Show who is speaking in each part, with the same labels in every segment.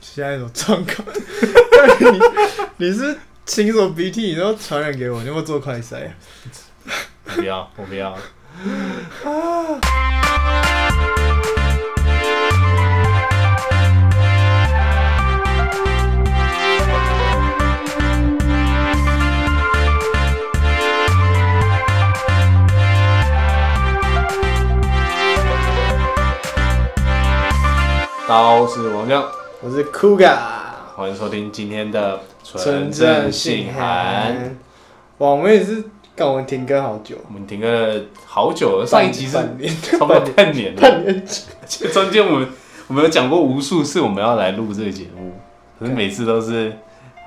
Speaker 1: 现在有状况， 那你你是亲手鼻涕，你都传染给我，你有没有做快筛啊？
Speaker 2: 我不要，我不要。大家好，我是王亮，
Speaker 1: 我是 Kuga，
Speaker 2: 欢迎收听今天的函。。
Speaker 1: 哇，我们也是，干我们停更好久，
Speaker 2: 我们停更了好久了，上一集是
Speaker 1: 半年，
Speaker 2: 差不多半年了。
Speaker 1: 半年前，
Speaker 2: 中间我们我们有讲过无数次我们要来录这个节目，可是每次都是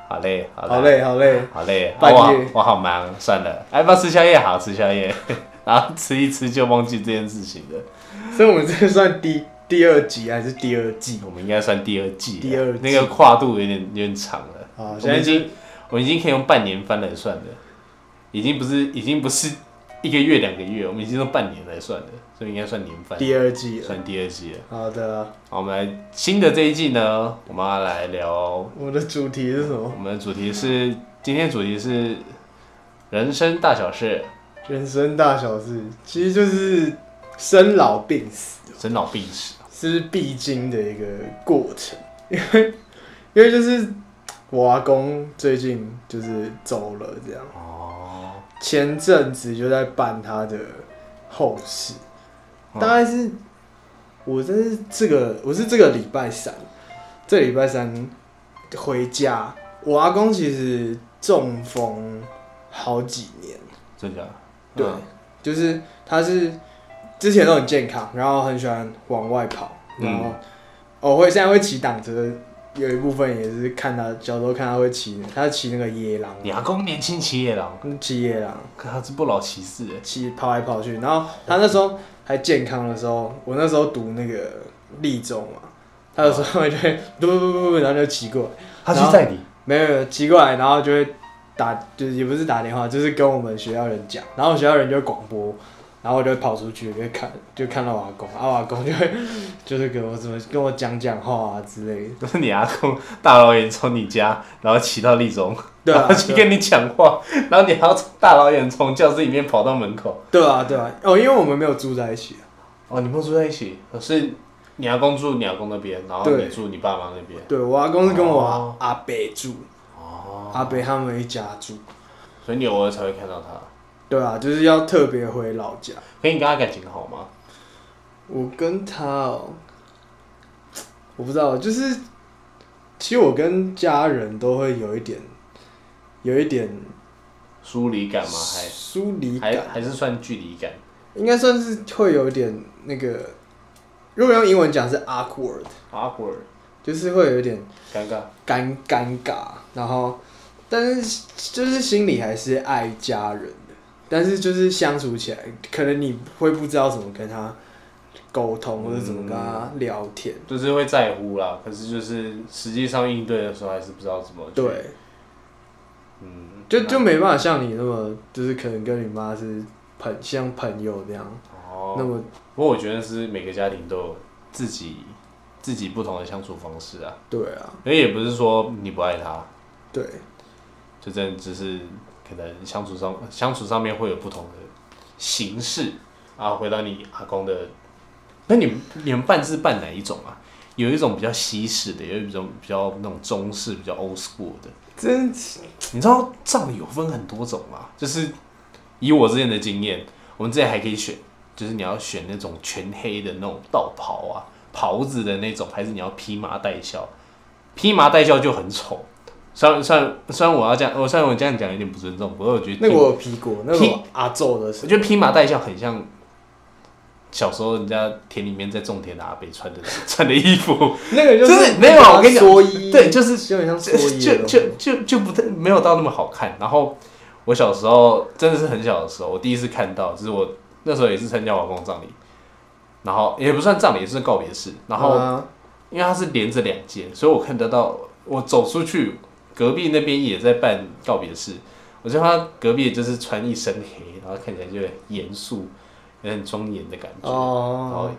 Speaker 2: 好累，好
Speaker 1: 好累
Speaker 2: 累，
Speaker 1: 好累，
Speaker 2: 好累，
Speaker 1: 半夜
Speaker 2: 啊我好我好忙，算了，哎，要不要吃宵夜？好，吃宵夜， 然后吃一吃就忘记这件事情了。
Speaker 1: 所以我们这算第第二集还是第二季？
Speaker 2: 我们应该算第二季了，
Speaker 1: 第二季
Speaker 2: 那个跨度有点有点长了。
Speaker 1: 好，
Speaker 2: 我
Speaker 1: 现
Speaker 2: 们已
Speaker 1: 在
Speaker 2: 经我们已经可以用半年番来算了，已经不是已经不是一个月两个月，我们已经用半年来算了，所以应该算年番，
Speaker 1: 第二季了。
Speaker 2: 算第二季了。
Speaker 1: 好的，
Speaker 2: 好，我们来新的这一季呢，我们要来聊，
Speaker 1: 我的主题是什么？
Speaker 2: 我们的主题是今天主题是人生大小事，
Speaker 1: 人生大小事，其实就是生老病死。
Speaker 2: 生老病死。
Speaker 1: 是必经的一个过程， 因为因为就是我阿公最近就是走了，这样
Speaker 2: 哦，
Speaker 1: 前阵子就在办他的后事，
Speaker 2: 嗯
Speaker 1: 大概是我这是这个我是这个礼拜三，这礼拜三回家，我阿公其实中风好几年。
Speaker 2: 真假的？
Speaker 1: 对
Speaker 2: 嗯，
Speaker 1: 就是他是之前都很健康，然后很喜欢往外跑，
Speaker 2: 嗯
Speaker 1: 然后、哦我会现在会骑挡车，有一部分也是看他小时候看他会骑，他骑那个野狼，
Speaker 2: 你阿公年轻骑野狼，
Speaker 1: 嗯骑野狼，
Speaker 2: 可他是不老骑士哎。
Speaker 1: 骑跑来跑去，然后他那时候还健康的时候，我那时候读那个立中嘛，他有时候就会 嘟嘟嘟嘟，然后就骑过来，
Speaker 2: 他去载你，
Speaker 1: 没有没有骑过来，然后就会打，就是也不是打电话，就是跟我们学校人讲，然后学校人就会广播，然后我就会跑出去，就会看就看到我阿公，啊我阿公就会就是给我怎么跟我讲讲话啊之类的，
Speaker 2: 就是你阿公大老远从你家，然后骑到立中，
Speaker 1: 对
Speaker 2: 然
Speaker 1: 啊
Speaker 2: 后去
Speaker 1: 对啊
Speaker 2: 跟你讲话，然后你还要从大老远从教室里面跑到门口。
Speaker 1: 对啊对啊，哦因为我们没有住在一起啊，
Speaker 2: 哦，你们住在一起，可是你阿公住你阿公那边，然后
Speaker 1: 对
Speaker 2: 你住你爸妈那边。
Speaker 1: 对我阿公是跟我阿,、
Speaker 2: 哦
Speaker 1: 阿伯住，
Speaker 2: 哦，
Speaker 1: 阿伯他们一家住，
Speaker 2: 所以你偶尔才会看到他。
Speaker 1: 对啊，就是要特别回老家。
Speaker 2: 可你跟他感情好吗？
Speaker 1: 我跟他哦，我不知道，就是其实我跟家人都会有一点，有一点
Speaker 2: 疏离感吗？
Speaker 1: 疏离
Speaker 2: 哦还还
Speaker 1: 感，
Speaker 2: 还是算距离感？
Speaker 1: 应该算是会有一点那个，如果用英文讲是 awkward，
Speaker 2: awkward，
Speaker 1: 就是会有一点
Speaker 2: 尴尬。
Speaker 1: 尴尴尬，然后但是就是心里还是爱家人的，但是就是相处起来，可能你会不知道怎么跟他沟通，或者怎么跟他聊天，
Speaker 2: 就是会在乎啦，可是就是实际上应对的时候还是不知道怎么去。
Speaker 1: 对。
Speaker 2: 嗯，
Speaker 1: 就就没办法像你那么，就是可能跟你妈是朋像朋友那样，
Speaker 2: 哦，
Speaker 1: 那么
Speaker 2: 不过我觉得是每个家庭都有自己自己不同的相处方式啊，
Speaker 1: 对啊，
Speaker 2: 因为也不是说你不爱他，
Speaker 1: 对
Speaker 2: 就真的只是可能相处上相处上面会有不同的形式啊。回到你阿公的，那你们你们办是办哪一种啊？有一种比较西式的，有一种比较那种中式、比较 old school 的。
Speaker 1: 真
Speaker 2: 你知道葬礼有分很多种吗？就是以我之前的经验，我们之前还可以选，就是你要选那种全黑的那种道袍啊、袍子的那种，还是你要披麻戴孝？披麻戴孝就很丑。虽然虽然虽然我要这样，我虽然我这样讲有点不尊重，不过我觉得
Speaker 1: 那个
Speaker 2: 披
Speaker 1: 我有披过，那个
Speaker 2: 披
Speaker 1: 我阿昼的时
Speaker 2: 我觉得披麻戴孝很像小时候人家田里面在种田的阿伯穿的穿的衣服
Speaker 1: 候，，那个就
Speaker 2: 就是没有我跟你讲
Speaker 1: 蓑衣，
Speaker 2: 对，就是
Speaker 1: 基本上
Speaker 2: 就
Speaker 1: 蓑衣
Speaker 2: 就
Speaker 1: 的东西
Speaker 2: 就就就不太没有到那么好看。然后我小时候真的是很小的时候，我第一次看到，就是我那时候也是参加王公葬礼，然后也不算葬礼，是告别式。然后
Speaker 1: 啊
Speaker 2: 因为它是连着两间，所以我看得到，我走出去隔壁那边也在办告别式，我就看他隔壁就是穿一身黑，然后看起来就很严肃，有点庄严的感觉，然后
Speaker 1: 哦，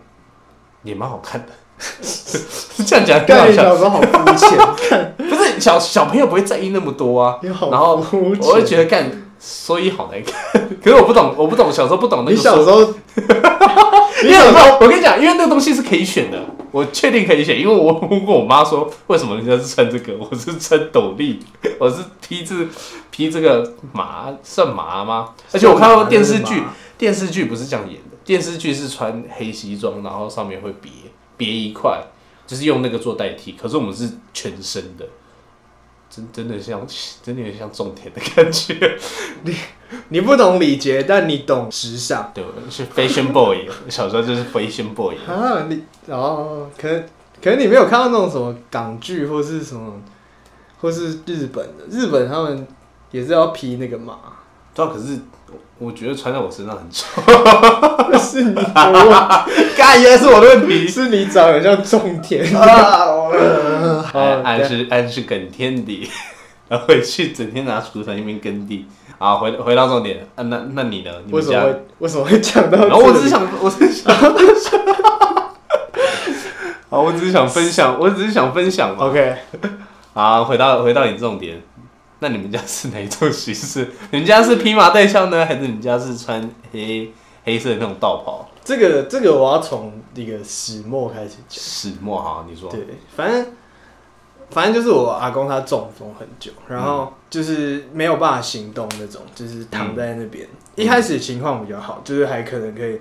Speaker 2: 也蛮好看的。 这样讲，
Speaker 1: 干
Speaker 2: 好
Speaker 1: 你
Speaker 2: 像
Speaker 1: 老公好肤浅，
Speaker 2: 不是小小朋友不会在意那么多啊。
Speaker 1: 你好
Speaker 2: 然后
Speaker 1: 肤浅。
Speaker 2: 我会觉得干所以好难看， 可是我不懂，我不懂，小时候不懂那
Speaker 1: 你
Speaker 2: 个
Speaker 1: 小
Speaker 2: 说。
Speaker 1: 时候，你
Speaker 2: 因为
Speaker 1: 小时候
Speaker 2: 我跟你讲，因为那个东西是可以选的，我确定可以选，因为我问过我妈说，为什么人家是穿这个，我是穿斗笠， 我是披这披这个麻算麻吗？而且我看到电视
Speaker 1: 算
Speaker 2: 剧
Speaker 1: 麻，
Speaker 2: 电视剧不是这样演的，电视剧是穿黑西装，然后上面会别别一块，就是用那个做代替。可是我们是全身的。真真的像，真的有点像种田的感觉。
Speaker 1: 你不懂礼节，但你懂时尚
Speaker 2: 对，我是 fashion boy，小 时候就是 fashion boy。
Speaker 1: 啊。你哦，可能可能你没有看到那种什么港剧或是什么，或是日本的，日本他们也是要披那个马，
Speaker 2: 对啊，可是我我觉得穿在我身上很丑。
Speaker 1: 是你我
Speaker 2: 干，原来是我的问 题。
Speaker 1: 是你长得像种田
Speaker 2: 啊
Speaker 1: 哦
Speaker 2: 安是安是耕天地， 然后回去整天拿锄头那边耕地。啊，回回到重点，啊、那那你呢？你
Speaker 1: 为
Speaker 2: 们
Speaker 1: 什么
Speaker 2: 家？
Speaker 1: 会为什么会讲到这
Speaker 2: 然
Speaker 1: 里？
Speaker 2: 后我只是想， 我只是想， 啊，我只是想分享，我只是想分享嘛。
Speaker 1: OK，
Speaker 2: 啊，回到回到你重点，那你们家是哪一种形式？ 你们家是披麻戴孝呢，还是你们家是穿黑黑色的那种道袍？
Speaker 1: 这个这个我要从一个始末开始讲。
Speaker 2: 始末哈，你说
Speaker 1: 对，反正反正就是我阿公他中风很久，然
Speaker 2: 嗯
Speaker 1: 后就是没有办法行动那种，就是躺在那边。
Speaker 2: 嗯
Speaker 1: 一开始情况比较好，就是还可能可以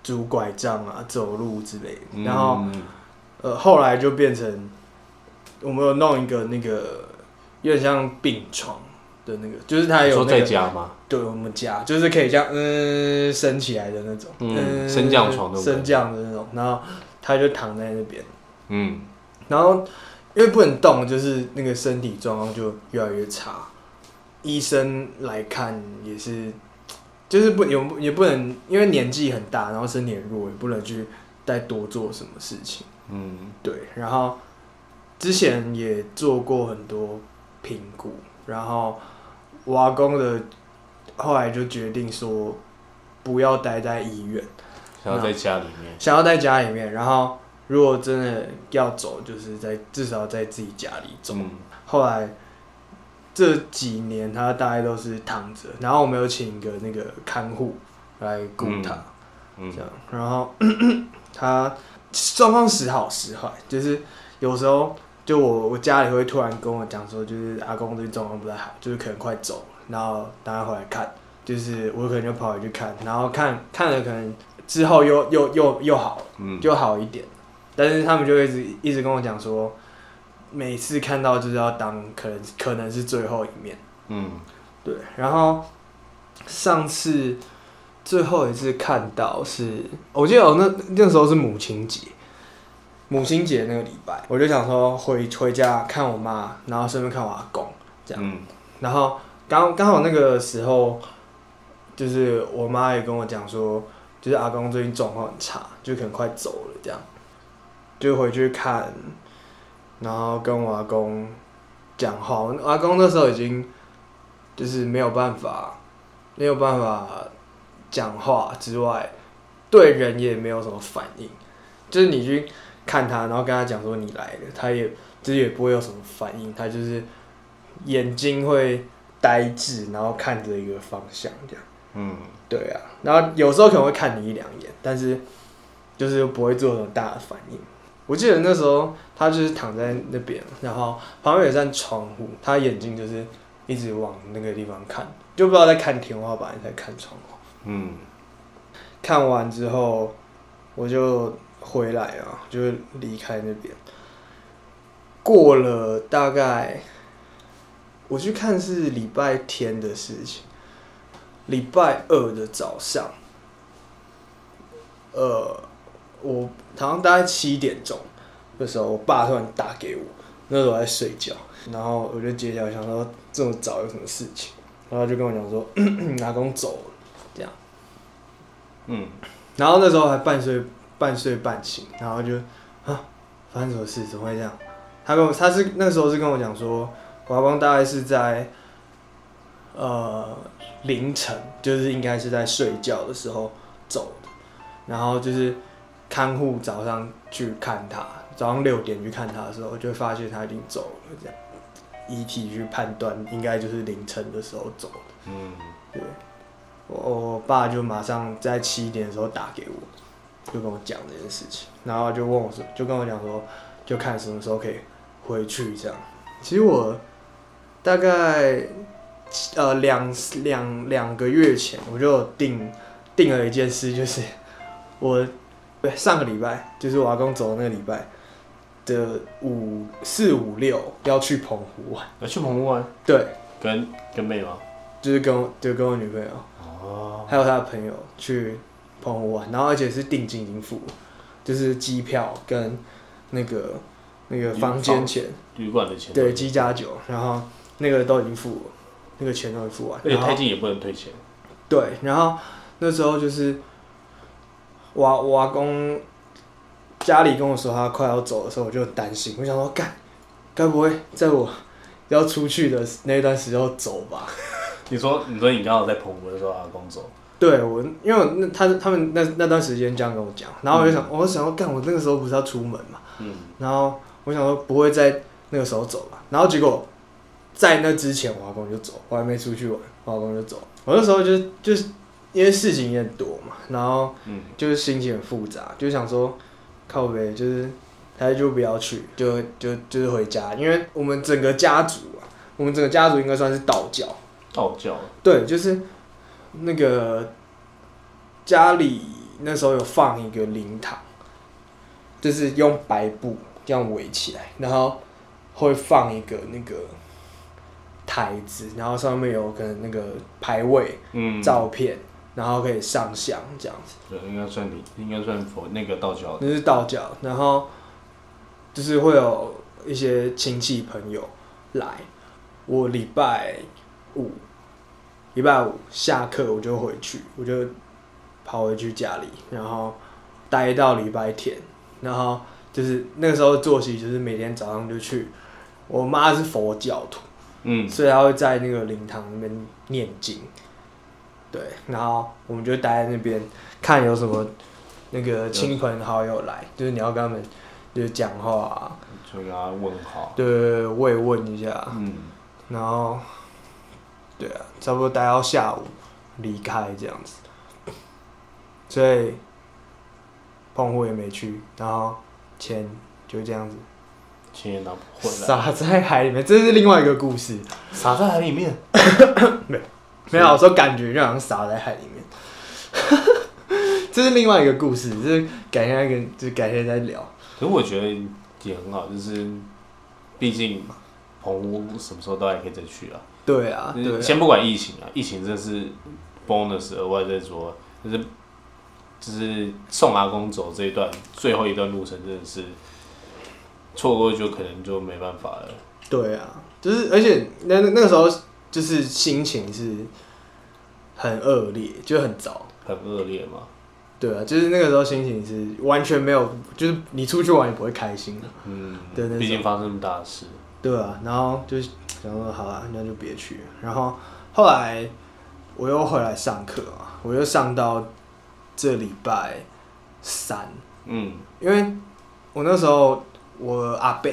Speaker 1: 拄拐杖啊、走路之类的。然后
Speaker 2: 嗯
Speaker 1: 呃，后来就变成我们有弄一个那个有点像病床的那个，就是他
Speaker 2: 你
Speaker 1: 有
Speaker 2: 说
Speaker 1: 那
Speaker 2: 在
Speaker 1: 个
Speaker 2: 家吗？
Speaker 1: 对我们家，就是可以这样嗯升起来的那种，
Speaker 2: 嗯升降床那种
Speaker 1: 升降的那种，然后他就躺在那边。
Speaker 2: 嗯，
Speaker 1: 然后因为不能动，就是那个身体状况就越来越差。医生来看也是，就是不也不也不能，因为年纪很大，然后身体很弱，也不能去再多做什么事情。
Speaker 2: 嗯，
Speaker 1: 对，然后之前也做过很多评估，然后我阿公的后来就决定说不要待在医院。
Speaker 2: 想要在家里面，
Speaker 1: 想要在家里面，然后如果真的要走，就是在至少在自己家里走。
Speaker 2: 嗯
Speaker 1: 后来这几年他大概都是躺着，然后我们有请一个那个看护来顾他，
Speaker 2: 嗯
Speaker 1: 这样，然后 他状况时好时坏，就是有时候就我我家里会突然跟我讲说，就是阿公这状况不太好，就是可能快走了，然后大家回来看，就是我可能就跑回去看，然后看看了可能之后又又又又好了。
Speaker 2: 嗯，
Speaker 1: 就好一点。但是他们就一直一直跟我讲说，每次看到就是要当可能可能是最后一面。
Speaker 2: 嗯，
Speaker 1: 对，然后上次最后一次看到是，我记得我那那时候是母亲节，母亲节那个礼拜，我就想说回回家看我妈，然后顺便看我阿公。这
Speaker 2: 样，嗯
Speaker 1: 然后刚刚好那个时候，就是我妈也跟我讲说，就是阿公最近状况很差，就可能快走了这样，就回去看，然后跟我阿公讲话。我阿公那时候已经就是没有办法，没有办法讲话之外，对人也没有什么反应，就是你去看他，然后跟他讲说你来了，他也就是也不会有什么反应，他就是。眼睛会呆滞，然后看着一个方向这样。
Speaker 2: 嗯，
Speaker 1: 对啊，然后有时候可能会看你一两眼，但是就是不会做什么大的反应。我记得那时候他就是躺在那边，然后旁边有一扇窗户，他眼睛就是一直往那个地方看，就不知道在看天花板还是在看窗户。
Speaker 2: 嗯，
Speaker 1: 看完之后，我就回来啊，就离开那边。过了大概，我去看是礼拜天的事情，礼拜二的早上，呃，我好像大概七点钟的时候，我爸突然打给我，那时候我在睡觉，然后我就接起来，我想说这么早有什么事情，然后他就跟我讲说， 阿公走了，这样。
Speaker 2: 嗯，
Speaker 1: 然后那时候还半睡半睡半醒，然后就啊，发生什么事？怎么会这样？他跟我他是那时候是跟我讲说，我阿公大概是在呃凌晨，就是应该是在睡觉的时候走的，然后就是看护早上去看他，早上六点去看他的时候，就会发现他已经走了，这样遗体去判断应该就是凌晨的时候走的。
Speaker 2: 嗯，
Speaker 1: 对，我我爸就马上在七点的时候打给我，就跟我讲这件事情，然后就问我说，就跟我讲说，就看什么时候可以回去这样。其实我大概呃两两两个月前，我就有定定了一件事，就是我对上个礼拜，就是我阿公走的那个礼拜的五四五六要去澎湖玩，
Speaker 2: 呃要去澎湖玩，
Speaker 1: 对，
Speaker 2: 跟跟妹吗？
Speaker 1: 就是跟我就跟我女朋友。
Speaker 2: 哦，
Speaker 1: 还有他的朋友去澎湖玩，然后而且是定金已经付了，就是机票跟那个那个房间钱，
Speaker 2: 旅馆的钱，
Speaker 1: 对，机加酒，然后那个都已经付了，那个钱都已经付完，
Speaker 2: 而且
Speaker 1: 然
Speaker 2: 太
Speaker 1: 后
Speaker 2: 近也不能退钱，
Speaker 1: 对，然后那时候就是我阿我阿公家里跟我说他快要走的时候，我就很担心，我想说干，该不会在我要出去的那段时间走吧？
Speaker 2: 你说，你说你刚好在澎湖的时候，阿公走，
Speaker 1: 对我，因为我那他他们那那段时间这样跟我讲，然后我就想，我想要干，我那个时候不是要出门嘛，
Speaker 2: 嗯，
Speaker 1: 然后我想说不会在那个时候走吧，然后结果在那之前我阿公就走，我还没出去玩，我阿公就走，我那时候就就是因为事情也很多嘛，然后
Speaker 2: 嗯
Speaker 1: 就是心情很复杂，就想说靠呗，就是他就不要去，就就就是回家，因为我们整个家族啊，我们整个家族应该算是道教。
Speaker 2: 道教，
Speaker 1: 对，就是那个家里那时候有放一个灵堂，就是用白布这样围起来，然后会放一个那个台子，然后上面有可能那个牌位、
Speaker 2: 嗯，
Speaker 1: 照片，然后可以上香这样子，
Speaker 2: 对，应该算你，应该算佛那个道教的，
Speaker 1: 那是道教，然后就是会有一些亲戚朋友来，我礼拜五，礼拜五下课我就回去，我就跑回去家里，然后待到礼拜天，然后就是那个时候作息就是每天早上就去，我妈是佛教徒，
Speaker 2: 嗯，
Speaker 1: 所以她会在那个灵堂那边念经，对，然后我们就待在那边看有什么那个亲朋好友来，就是你要跟他们就是讲话、啊，
Speaker 2: 就给他问好，
Speaker 1: 对对，对慰问一下，
Speaker 2: 嗯，
Speaker 1: 然后，对啊，差不多待到下午离开这样子，所以澎湖也没去，然后钱就这样子
Speaker 2: 钱也拿不回来，
Speaker 1: 撒在海里面，这是另外一个故事。
Speaker 2: 撒在海里面，
Speaker 1: 没有，我说感觉就好像撒在海里面， 这是另外一个故事，这是改天再跟，就改天再聊。
Speaker 2: 可是我觉得也很好，就是毕竟澎湖什么时候都还可以再去啊。
Speaker 1: 对啊，
Speaker 2: 就是
Speaker 1: 对啊
Speaker 2: 先不管疫情啊，疫情真是 bonus 额外再说，就是就是送阿公走这一段最后一段路程，真的是错过就可能就没办法了。
Speaker 1: 对啊，就是而且那那那个时候就是心情是很恶劣，就很糟。
Speaker 2: 很恶劣嘛，
Speaker 1: 对啊，就是那个时候心情是完全没有，就是你出去玩也不会开心的，
Speaker 2: 嗯
Speaker 1: 对那，种
Speaker 2: 毕竟发生那么大的事，
Speaker 1: 对啊，然后就是想说好啊，那就别去了。然后后来我又回来上课嘛，我又上到这礼拜三，
Speaker 2: 嗯，
Speaker 1: 因为我那时候我阿伯，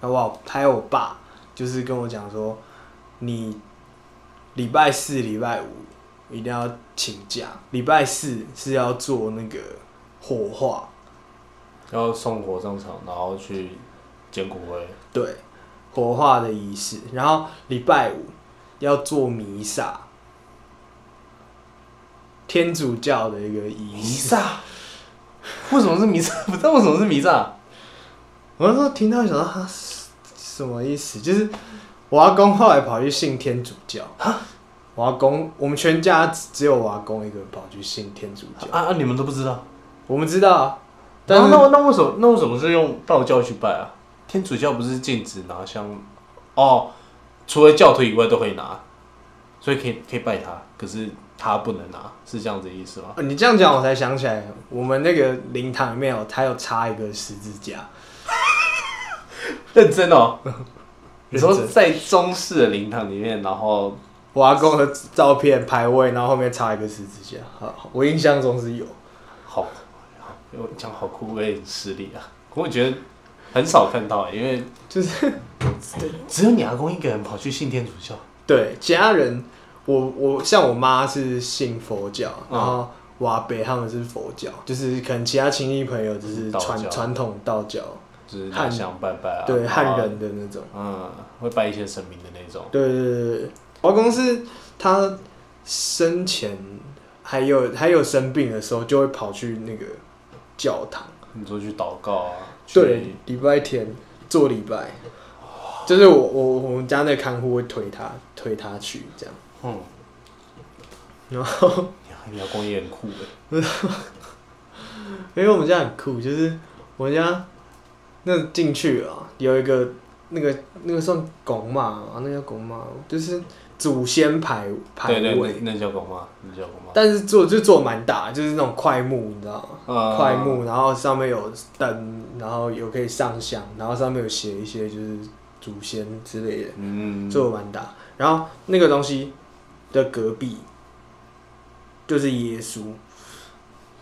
Speaker 1: 然后我还有我爸，就是跟我讲说，你礼拜四、礼拜五一定要请假，礼拜四是要做那个火化。
Speaker 2: 要送火葬场，然后去捡骨灰，
Speaker 1: 对，火化的仪式，然后礼拜五要做弥撒，天主教的一个仪
Speaker 2: 弥
Speaker 1: 式。
Speaker 2: 撒。为什么是弥撒？ 不知道为什么是弥撒。
Speaker 1: 我那时候听到想到他什么意思，就是我阿公后来跑去信天主教。我阿公，我们全家只只有我阿公一个人跑去信天主教。
Speaker 2: 啊啊！你们都不知道？
Speaker 1: 我们知道啊，但
Speaker 2: 然后
Speaker 1: 是、
Speaker 2: 那那为什么那为什么是用道教去拜啊？天主教不是禁止拿香哦，除了教徒以外都可以拿，所以可以可以拜他，可是他不能拿，是这样子的意思吗？
Speaker 1: 哦你这样讲我才想起来，我们那个灵堂里面有他有插一个十字架。
Speaker 2: 认真哦， 你说
Speaker 1: 认真
Speaker 2: 在中式的灵堂里面，然后
Speaker 1: 我阿公的照片排位，然后后面插一个十字架。好，我印象中是有。
Speaker 2: 好，好我讲好酷，我也很吃力啊。可我觉得很少看到、因为
Speaker 1: 就是
Speaker 2: 只有你阿公一个人跑去信天主教，
Speaker 1: 对，其他人，我我像我妈是信佛教，
Speaker 2: 嗯
Speaker 1: 然后我阿伯他们是佛教，就是可能其他亲戚朋友就是
Speaker 2: 嗯道
Speaker 1: 传
Speaker 2: 教
Speaker 1: 传统道教，
Speaker 2: 就是
Speaker 1: 汉
Speaker 2: 拿香拜拜啊，
Speaker 1: 对
Speaker 2: 然后
Speaker 1: 汉，人的那种。
Speaker 2: 嗯，会拜一些神明的那种，
Speaker 1: 对对对对对，我公是他生前还有还有生病的时候，就会跑去那个教堂，
Speaker 2: 你说去祷告啊，
Speaker 1: 对
Speaker 2: 去，
Speaker 1: 礼拜天做礼拜，就是我我我们家那个看护会推他推他去这样，
Speaker 2: 嗯，
Speaker 1: 然后。
Speaker 2: 你阿公也很酷哎，
Speaker 1: 因为我们家很酷，就是我们家那进去啊，有一个那个那个算拱马啊，那叫拱马，就是祖先牌牌
Speaker 2: 对
Speaker 1: 位，
Speaker 2: 对，那那叫公妈，那叫公妈，
Speaker 1: 但是做就做蛮大，就是那种快木，你知道吗？
Speaker 2: 嗯
Speaker 1: 快木，然后上面有灯，然后有可以上香，然后上面有写一些就是祖先之类的，
Speaker 2: 嗯，
Speaker 1: 做的蛮大。然后那个东西的隔壁就是耶稣，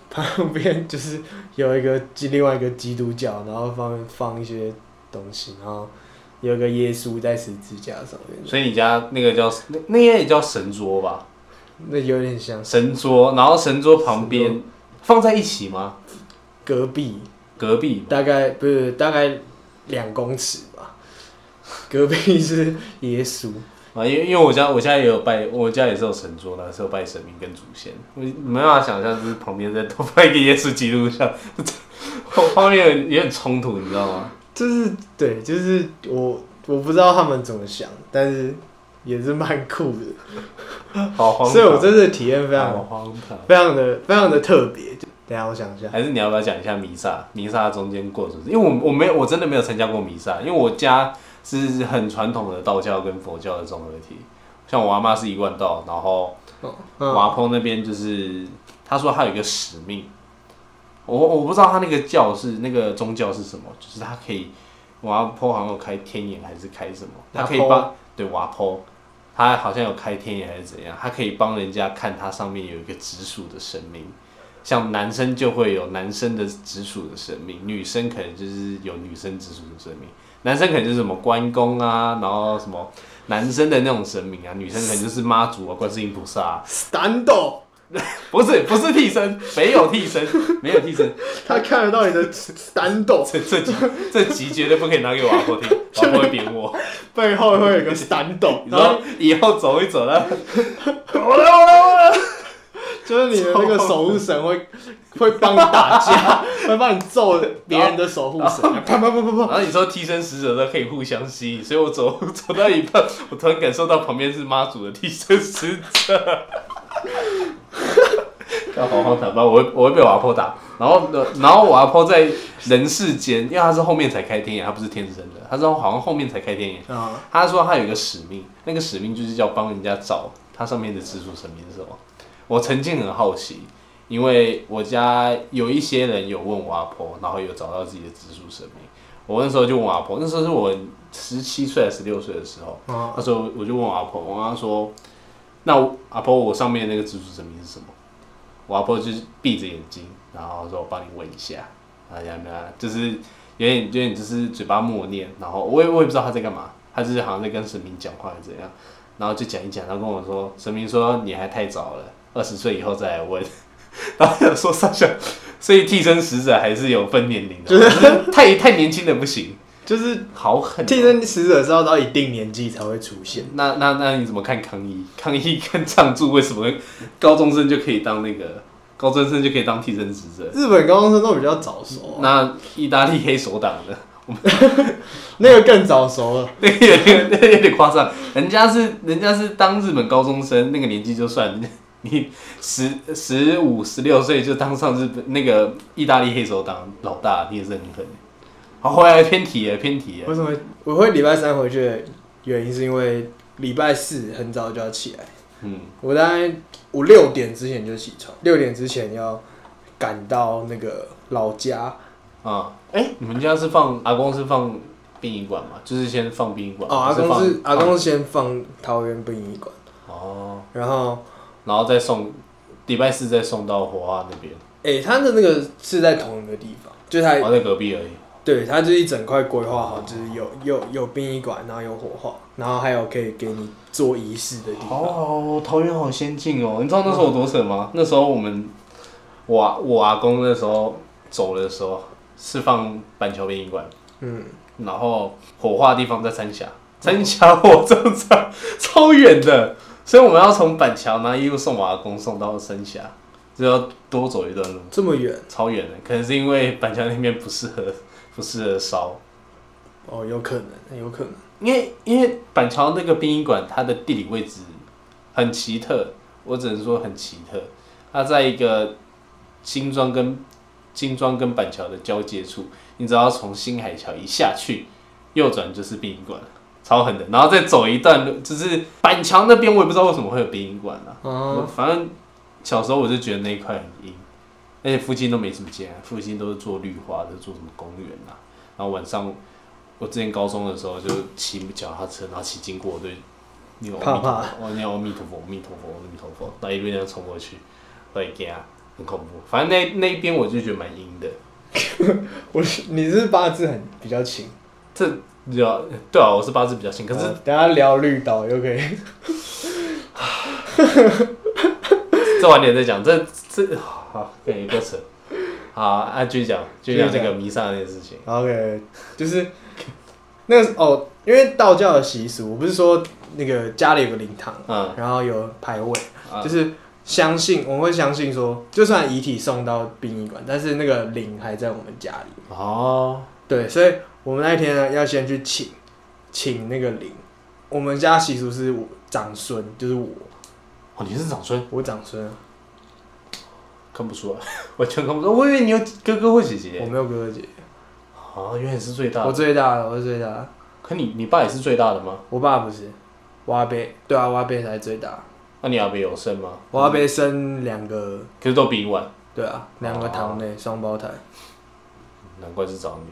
Speaker 1: 旁边就是有一个另外一个基督教，然后放放一些东西，然后有一个耶稣在十字架上面，
Speaker 2: 所以你家那个叫那那应该也叫神桌吧？
Speaker 1: 那有点像
Speaker 2: 神桌，然后神桌旁边放在一起吗？
Speaker 1: 隔壁，
Speaker 2: 隔壁
Speaker 1: 大概不是大概两公尺吧，隔壁是耶稣，
Speaker 2: 啊，因为因为我家我家也有拜，我家也是有神桌的，是有拜神明跟祖先。我没办法想象，就是旁边在都拜一个耶稣基督像， 画面很也很冲突，你知道吗？
Speaker 1: 就是对，就是我我不知道他们怎么想，但是也是蛮酷的。
Speaker 2: 好荒唐，
Speaker 1: 所以我这次的体验非常、
Speaker 2: 好荒唐。
Speaker 1: 非常的非常的特别。就等一下我想一下，
Speaker 2: 还是你要不要讲一下弥撒？弥撒中间过程，因为我我没有我真的没有参加过弥撒，因为我家是很传统的道教跟佛教的综合体。像我阿妈是一贯道，然后我
Speaker 1: 嗯，
Speaker 2: 阿公那边就是他说他有一个使命，我我不知道他那个教是那个宗教是什么，就是他可以我阿婆好像有开天眼还是开什么，他可以
Speaker 1: 阿
Speaker 2: 帮对我阿婆，他好像有开天眼还是怎样，他可以帮人家看他上面有一个直属的神明。像男生就会有男生的直属的神明，女生可能就是有女生直属的神明，男生可能就是什么关公啊，然后什么男生的那种神明啊，女生可能就是妈祖啊、观世音菩萨、啊，
Speaker 1: 单斗，
Speaker 2: 不是不是替身，没有替身， 没有替身，
Speaker 1: 他看得到你的单斗
Speaker 2: 这这集这集绝对不可以拿给我阿 婆听，我阿婆会扁我。
Speaker 1: 背后会有一个单斗，
Speaker 2: 你
Speaker 1: 然后
Speaker 2: 说以后走一走了，我来我来我来，
Speaker 1: 就是你的那个守护神会会帮你打架，会帮你揍别人的守护神，
Speaker 2: 哦
Speaker 1: 啪啪啪啪啪，
Speaker 2: 然后你说替身使者都可以互相吸引，所以我走 走到一半，我突然感受到旁边是妈祖的替身使者。 要好好打吧，我会我会被我阿婆打。然后呃然后我阿婆在人世间，因为她是后面才开天眼，她不是天生的，她是好像后面才开天眼。
Speaker 1: 啊，
Speaker 2: 他说他有一个使命，那个使命就是要帮人家找他上面的直属神明是什么。我曾经很好奇，因为我家有一些人有问我阿婆，然后有找到自己的直属神明。我那时候就问我阿婆，那时候是我十七岁还是十六岁的时候，
Speaker 1: 啊
Speaker 2: 那时候我就问我阿婆，我跟她说，那我阿婆我上面那个直属神明是什么？我阿婆就是闭着眼睛，然后说我帮你问一下，啊，有没有？就是有点有点就是嘴巴默念，然后我也我也不知道他在干嘛，他就是好像在跟神明讲话还是怎样，然后就讲一讲，然后跟我说，神明说你还太早了，二十岁以后再来问。 然后我想说上下，所以替身使者还是有分年龄的，就是太太年轻的不行，
Speaker 1: 就是
Speaker 2: 好狠哦、
Speaker 1: 替身使者是要到一定年纪才会出现，
Speaker 2: 那那那你怎么看抗 议？抗议跟常驻为什么高中生就可以当那个高中生就可以当替身使者？
Speaker 1: 日本高中生都比较早熟啊，
Speaker 2: 那意大利黑手党的
Speaker 1: 那个更早熟了，
Speaker 2: 那个有点那个有点夸张，人家是人家是当日本高中生那个年纪就算，人家你十十五十六岁就当上日本那个意大利黑手党老大，你也是很狠。好，回来偏题了，偏题了。
Speaker 1: 为什么我会礼拜三回去的原因是因为礼拜四很早就要起来。
Speaker 2: 嗯，
Speaker 1: 我大概五六点之前就起床，六点之前要赶到那个老家
Speaker 2: 啊，哎、你们家是放阿公是放殡仪馆吗？就是先放殡仪馆
Speaker 1: 哦。阿
Speaker 2: 还
Speaker 1: 公
Speaker 2: 放
Speaker 1: 是阿公是先放桃园殡仪馆，
Speaker 2: 哦，
Speaker 1: 然后
Speaker 2: 然后再送礼拜四再送到火化那边，
Speaker 1: 诶、他的那个是在同一个地方，就是他
Speaker 2: 哎哦我在隔壁而已。
Speaker 1: 对，它就是一整块规划好，就是有有有殡仪馆，然后有火化，然后还有可以给你做仪式的地方。
Speaker 2: 哦，桃园好先进哦！你知道那时候有多扯吗？ 那时候我们，我啊我阿公那时候走的时候是放板桥殡仪馆，
Speaker 1: 嗯，
Speaker 2: 然后火化的地方在三峡，三峡火葬场超远的，所以我们要从板桥，然后一路送我阿公送到三峡，就要多走一段路，
Speaker 1: 这么远
Speaker 2: 超远的。可能是因为板桥那边不适合不适合烧，
Speaker 1: 哦，有可能，有可能。
Speaker 2: 因为因为板桥那个殡仪馆，它的地理位置很奇特，我只能说很奇特。它在一个新庄跟新庄跟板桥的交界处，你只要从新海桥一下去，右转就是殡仪馆了，超狠的。然后再走一段路，就是板桥那边，我也不知道为什么会有殡仪馆啊。
Speaker 1: 哦、
Speaker 2: 我反正小时候我就觉得那一块很阴，而且附近都没什么建、啊，附近都是做绿化的，做什么公园啊。然后晚上我之前高中的时候就骑脚踏车，然后骑经过我对那个
Speaker 1: 怕怕
Speaker 2: 哦，那个阿弥陀佛，阿弥陀佛，阿弥陀佛，到一边这样冲过去，到一边很恐怖。反正那那一边我就觉得蛮阴的。
Speaker 1: 我你是八字很比较轻，
Speaker 2: 这对啊，对啊，我是八字比较轻，可是
Speaker 1: 好等下聊绿岛又可以。
Speaker 2: 这晚点再讲，这这好，可以够扯。好，啊，继续讲，继续讲
Speaker 1: 继续
Speaker 2: 那
Speaker 1: 讲
Speaker 2: 个弥撒那件事情。
Speaker 1: OK，就是那个哦，因为道教的习俗，我不是说那个家里有个灵堂，
Speaker 2: 嗯，
Speaker 1: 然后有牌位，
Speaker 2: 啊
Speaker 1: 就是相信我们会相信说，就算遗体送到殡仪馆，但是那个灵还在我们家里。
Speaker 2: 哦，
Speaker 1: 对，所以我们那一天呢，要先去请请那个灵。我们家习俗是我长孙，就是我，
Speaker 2: 哦，你是长孙，
Speaker 1: 我长孙啊，
Speaker 2: 看不出来， 完全看不出来。我以为你有哥哥或姐姐。
Speaker 1: 我没有哥哥姐姐，
Speaker 2: 哦，原来你是最大
Speaker 1: 我
Speaker 2: 的。
Speaker 1: 最大的，我是最大的。
Speaker 2: 可你你爸也是最大的吗？
Speaker 1: 我爸不是，我阿伯，对啊，我阿伯才是最大，
Speaker 2: 那啊你阿伯有生吗？
Speaker 1: 我阿伯生两个，
Speaker 2: 可是都比你晚，
Speaker 1: 对啊，两个堂妹，双胞胎。
Speaker 2: 难怪是找你。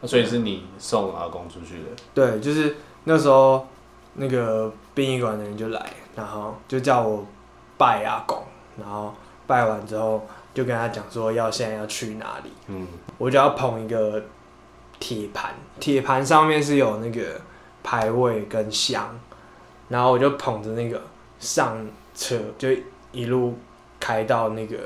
Speaker 2: 那所以是你送阿公出去的。
Speaker 1: 对，就是那时候那个殡仪馆的人就来，然后就叫我拜阿公，然后拜完之后就跟他讲说要现在要去哪里，
Speaker 2: 嗯，
Speaker 1: 我就要捧一个铁盘，铁盘上面是有那个牌位跟香，然后我就捧着那个上车，就一路开到那个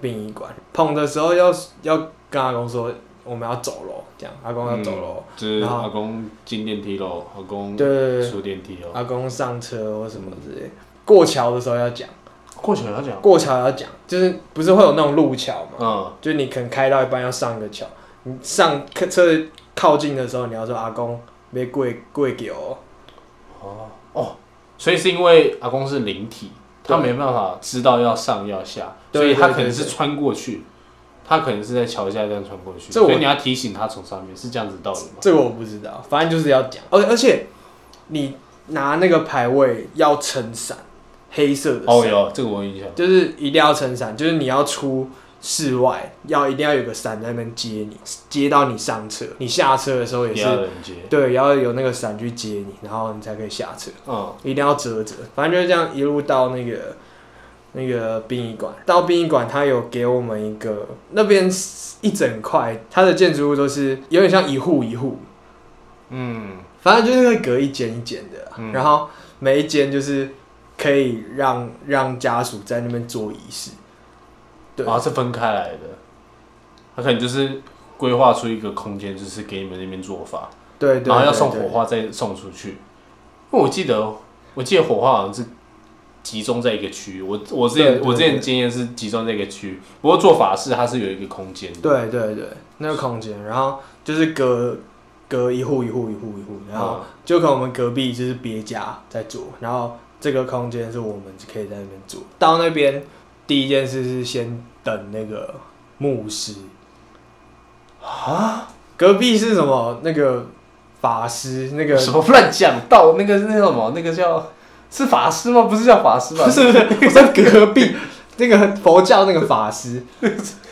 Speaker 1: 殡仪馆。捧的时候要要跟阿公说我们要走喽，这样阿公要走喽，
Speaker 2: 就是
Speaker 1: 然后
Speaker 2: 阿公进电梯喽，阿公
Speaker 1: 对对对，
Speaker 2: 出电梯喽。
Speaker 1: 阿公上车或什么之类。过桥的时候要讲，
Speaker 2: 过去要讲，
Speaker 1: 过桥要讲，就是不是会有那种路桥嘛？
Speaker 2: 嗯，
Speaker 1: 就是你可能开到一半要上个桥，你上客车靠近的时候，你要说阿公别跪跪给我。
Speaker 2: 哦哦，所以是因为阿公是灵体，他
Speaker 1: 对
Speaker 2: 没办法知道要上要下，所
Speaker 1: 对
Speaker 2: 以他
Speaker 1: 对
Speaker 2: 可能
Speaker 1: 对
Speaker 2: 是
Speaker 1: 对
Speaker 2: 穿过去，他可能是在桥下这样穿过去，
Speaker 1: 这我
Speaker 2: 所以你要提醒他从上面，是这样子道理吗？
Speaker 1: 这个我不知道，反正就是要讲。而而且你拿那个牌位要撑伞，黑色的伞，
Speaker 2: 哦，有这个我有印象。
Speaker 1: 就是一定要撑伞，就是你要出室外，要一定要有个伞在那边接你，接到你上车，你下车的时候也
Speaker 2: 你
Speaker 1: 是
Speaker 2: 要人接，
Speaker 1: 对，要有那个伞去接你，然后你才可以下车，
Speaker 2: 嗯，
Speaker 1: 一定要折折。反正就是这样一路到那个那个殡仪馆。到殡仪馆，它有给我们一个那边是一整块，它的建筑物都是有点像一户一户，
Speaker 2: 嗯，
Speaker 1: 反正就是会隔一间一间的啊、
Speaker 2: 嗯
Speaker 1: 然后每一间就是可以让让家属在那边做仪式。对
Speaker 2: 啊，是分开来的，他可能就是规划出一个空间，就是给你们那边做法，
Speaker 1: 对对
Speaker 2: 然后要送
Speaker 1: 对
Speaker 2: 火
Speaker 1: 对
Speaker 2: 化再送出去。因为我记得，我记得火化好像是集中在一个区域，我我之
Speaker 1: 对
Speaker 2: 前
Speaker 1: 对对
Speaker 2: 我之前经验是集中在一个区域，不过做法事它是有一个空间的，
Speaker 1: 对对对，那个空间，然后就是隔隔一户一户一户一户，然后就可能我们隔壁就是别家在做，然后这个空间是我们可以在那边做。到那边第一件事是先等那个牧师，
Speaker 2: 啊，
Speaker 1: 隔壁是什么？那个法师，那个
Speaker 2: 什么乱讲道，那个那个什么，那个叫是法师吗？不是叫法师吧？
Speaker 1: 不 是不是，我在隔壁那个佛教那个法师，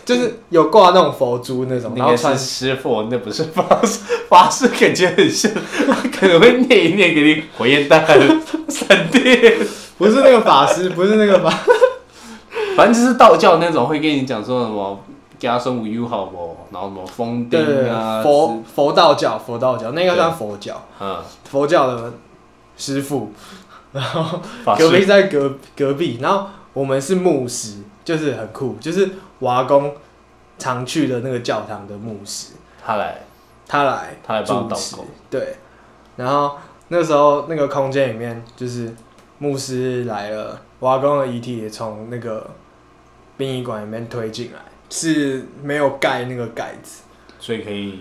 Speaker 1: 就是有挂那种佛珠那种，然
Speaker 2: 那
Speaker 1: 后
Speaker 2: 个
Speaker 1: 穿
Speaker 2: 是师傅，那不是法师，法师感觉很像，可能会念一念给你火焰弹、 闪电，
Speaker 1: 不是 那个法师，不是那个法。
Speaker 2: 反正就是道教那种会跟你讲说什么加松无忧好不？然后什么封
Speaker 1: 对对
Speaker 2: 钉啊，
Speaker 1: 对，佛佛道教，佛道教那个算佛教，
Speaker 2: 嗯，
Speaker 1: 佛教的师傅，然后
Speaker 2: 法
Speaker 1: 隔壁
Speaker 2: 师
Speaker 1: 在隔隔壁，然后我们是牧师，就是很酷，就是瓦工常去的那个教堂的牧师，
Speaker 2: 他来，
Speaker 1: 他来
Speaker 2: 他来帮我
Speaker 1: 主
Speaker 2: 祷
Speaker 1: 持
Speaker 2: 告，，
Speaker 1: 对，然后那时候那个空间里面就是牧师来了，瓦工的遗体也从那个殡仪馆里面推进来，是没有盖那个盖子。
Speaker 2: 所以可以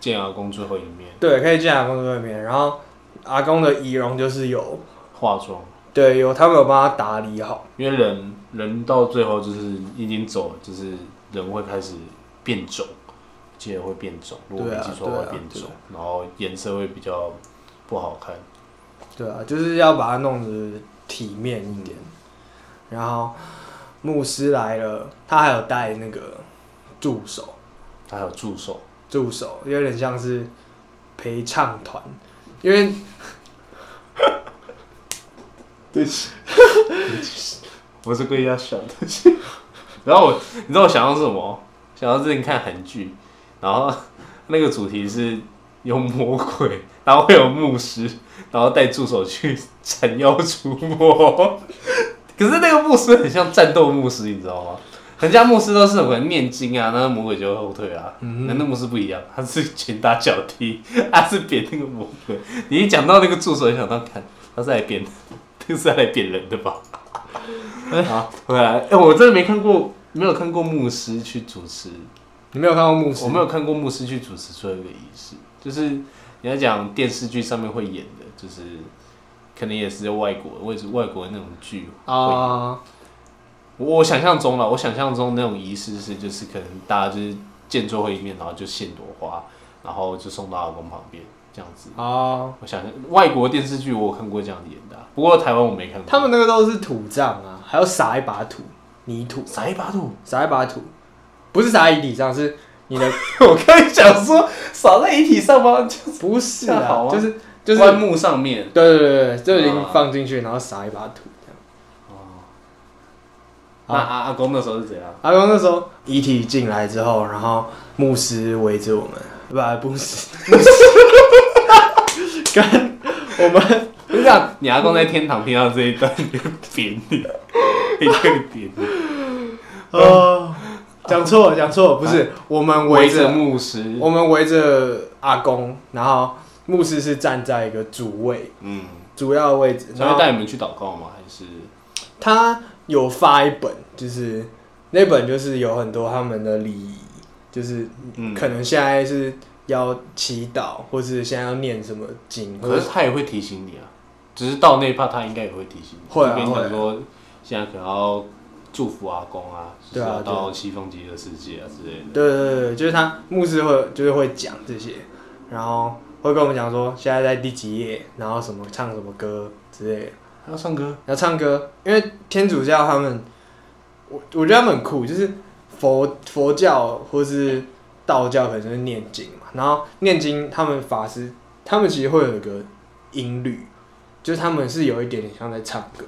Speaker 2: 见阿公最后一面，
Speaker 1: 对，可以进阿公这边。然后阿公的仪容就是有，
Speaker 2: 化妆，
Speaker 1: 对，有他们有帮他打理好，
Speaker 2: 因为人人到最后就是已经走了，就是人会开始变肿，记得会变肿，如果没
Speaker 1: 对啊
Speaker 2: 记错的
Speaker 1: 对
Speaker 2: 话
Speaker 1: 啊
Speaker 2: 变
Speaker 1: 对
Speaker 2: 肿，然后颜色会比较不好看。
Speaker 1: 对啊，就是要把它弄得体面一点。然后牧师来了，他还有带那个助手，
Speaker 2: 他还有助手，
Speaker 1: 助手有点像是陪唱团，因为
Speaker 2: 我是故意要想的。 然后我，你知道我想到是什么？想到之前看韩剧，然后那个主题是有魔鬼，然后会有牧师，然后带助手去斩妖除魔。 可是那个牧师很像战斗牧师，你知道吗？人家牧师都是可能念经啊，那魔鬼就会后退啊。
Speaker 1: 嗯
Speaker 2: 那那牧师不一样，他是拳打脚踢， 他是扁那个魔鬼。你一讲到那个助手，就想到看他是来扁， 他是来扁人的吧？ 啊，回来，哎、我真的没看过，没有看过牧师去主持，
Speaker 1: 你没有看过牧师
Speaker 2: 我，没有看过牧师去主持最后一个仪式，就是你要讲电视剧上面会演的，就是可能也是外国，或者是外国那种剧会
Speaker 1: 啊，
Speaker 2: 我我想象中了，我想象中那种仪式是，就是可能大家就是见最后一面，然后就献朵花，然后就送到老公旁边这样子。
Speaker 1: 啊，
Speaker 2: 我想象外国电视剧我有看过这样演的啊、不过台湾我没看过。
Speaker 1: 他们那个都是土葬啊，还要撒一把土泥土，
Speaker 2: 撒一把土，
Speaker 1: 撒一把土，不是撒一地上，是你的
Speaker 2: 我刚才想说撒在遗体上吗？
Speaker 1: 不是
Speaker 2: 这样好
Speaker 1: 啊，
Speaker 2: 吗啊
Speaker 1: 就是就是啊
Speaker 2: 棺木上面。
Speaker 1: 对对对对，就已经放进去，然后撒一把土这样。
Speaker 2: 那阿阿公那时候是怎样？
Speaker 1: 阿公那时候遗体进来之后，然后牧师围着我们，不不 是，牧师跟我们
Speaker 2: 我就想，啊你阿公在天堂听到这一段，你会扁你，一定扁你。
Speaker 1: 呃讲错了讲错了，不是我们围
Speaker 2: 啊围着
Speaker 1: 着
Speaker 2: 牧师，
Speaker 1: 我们围着阿公，然后牧师是站在一个主位
Speaker 2: 嗯，
Speaker 1: 主要的位置，然
Speaker 2: 他
Speaker 1: 后
Speaker 2: 嗯会带你们去祷告吗？还是
Speaker 1: 他有发一本，就是那本就是有很多他们的礼仪，就是
Speaker 2: 嗯？
Speaker 1: 可能现在是要祈祷，或是现在要念什么经，或
Speaker 2: 可
Speaker 1: 者
Speaker 2: 是他也会提醒你啊，只是到那一趴他应该也会提醒你，
Speaker 1: 会啊
Speaker 2: 就跟你讲说现在可能要祝福阿公啊，就是
Speaker 1: 对啊
Speaker 2: 要
Speaker 1: 对啊
Speaker 2: 到西方极乐世界啊之类的。
Speaker 1: 对对对对，就是他牧师会就是会讲这些，然后会跟我们讲说现在在第几页，然后什么唱什么歌之类的。
Speaker 2: 还要唱歌，
Speaker 1: 然后唱歌，因为天主教他们，我我觉得他们很酷，就是佛佛教或是道教可能就是念经嘛，然后念经他们法师他们其实会有一个音律，就是他们是有一点点像在唱歌，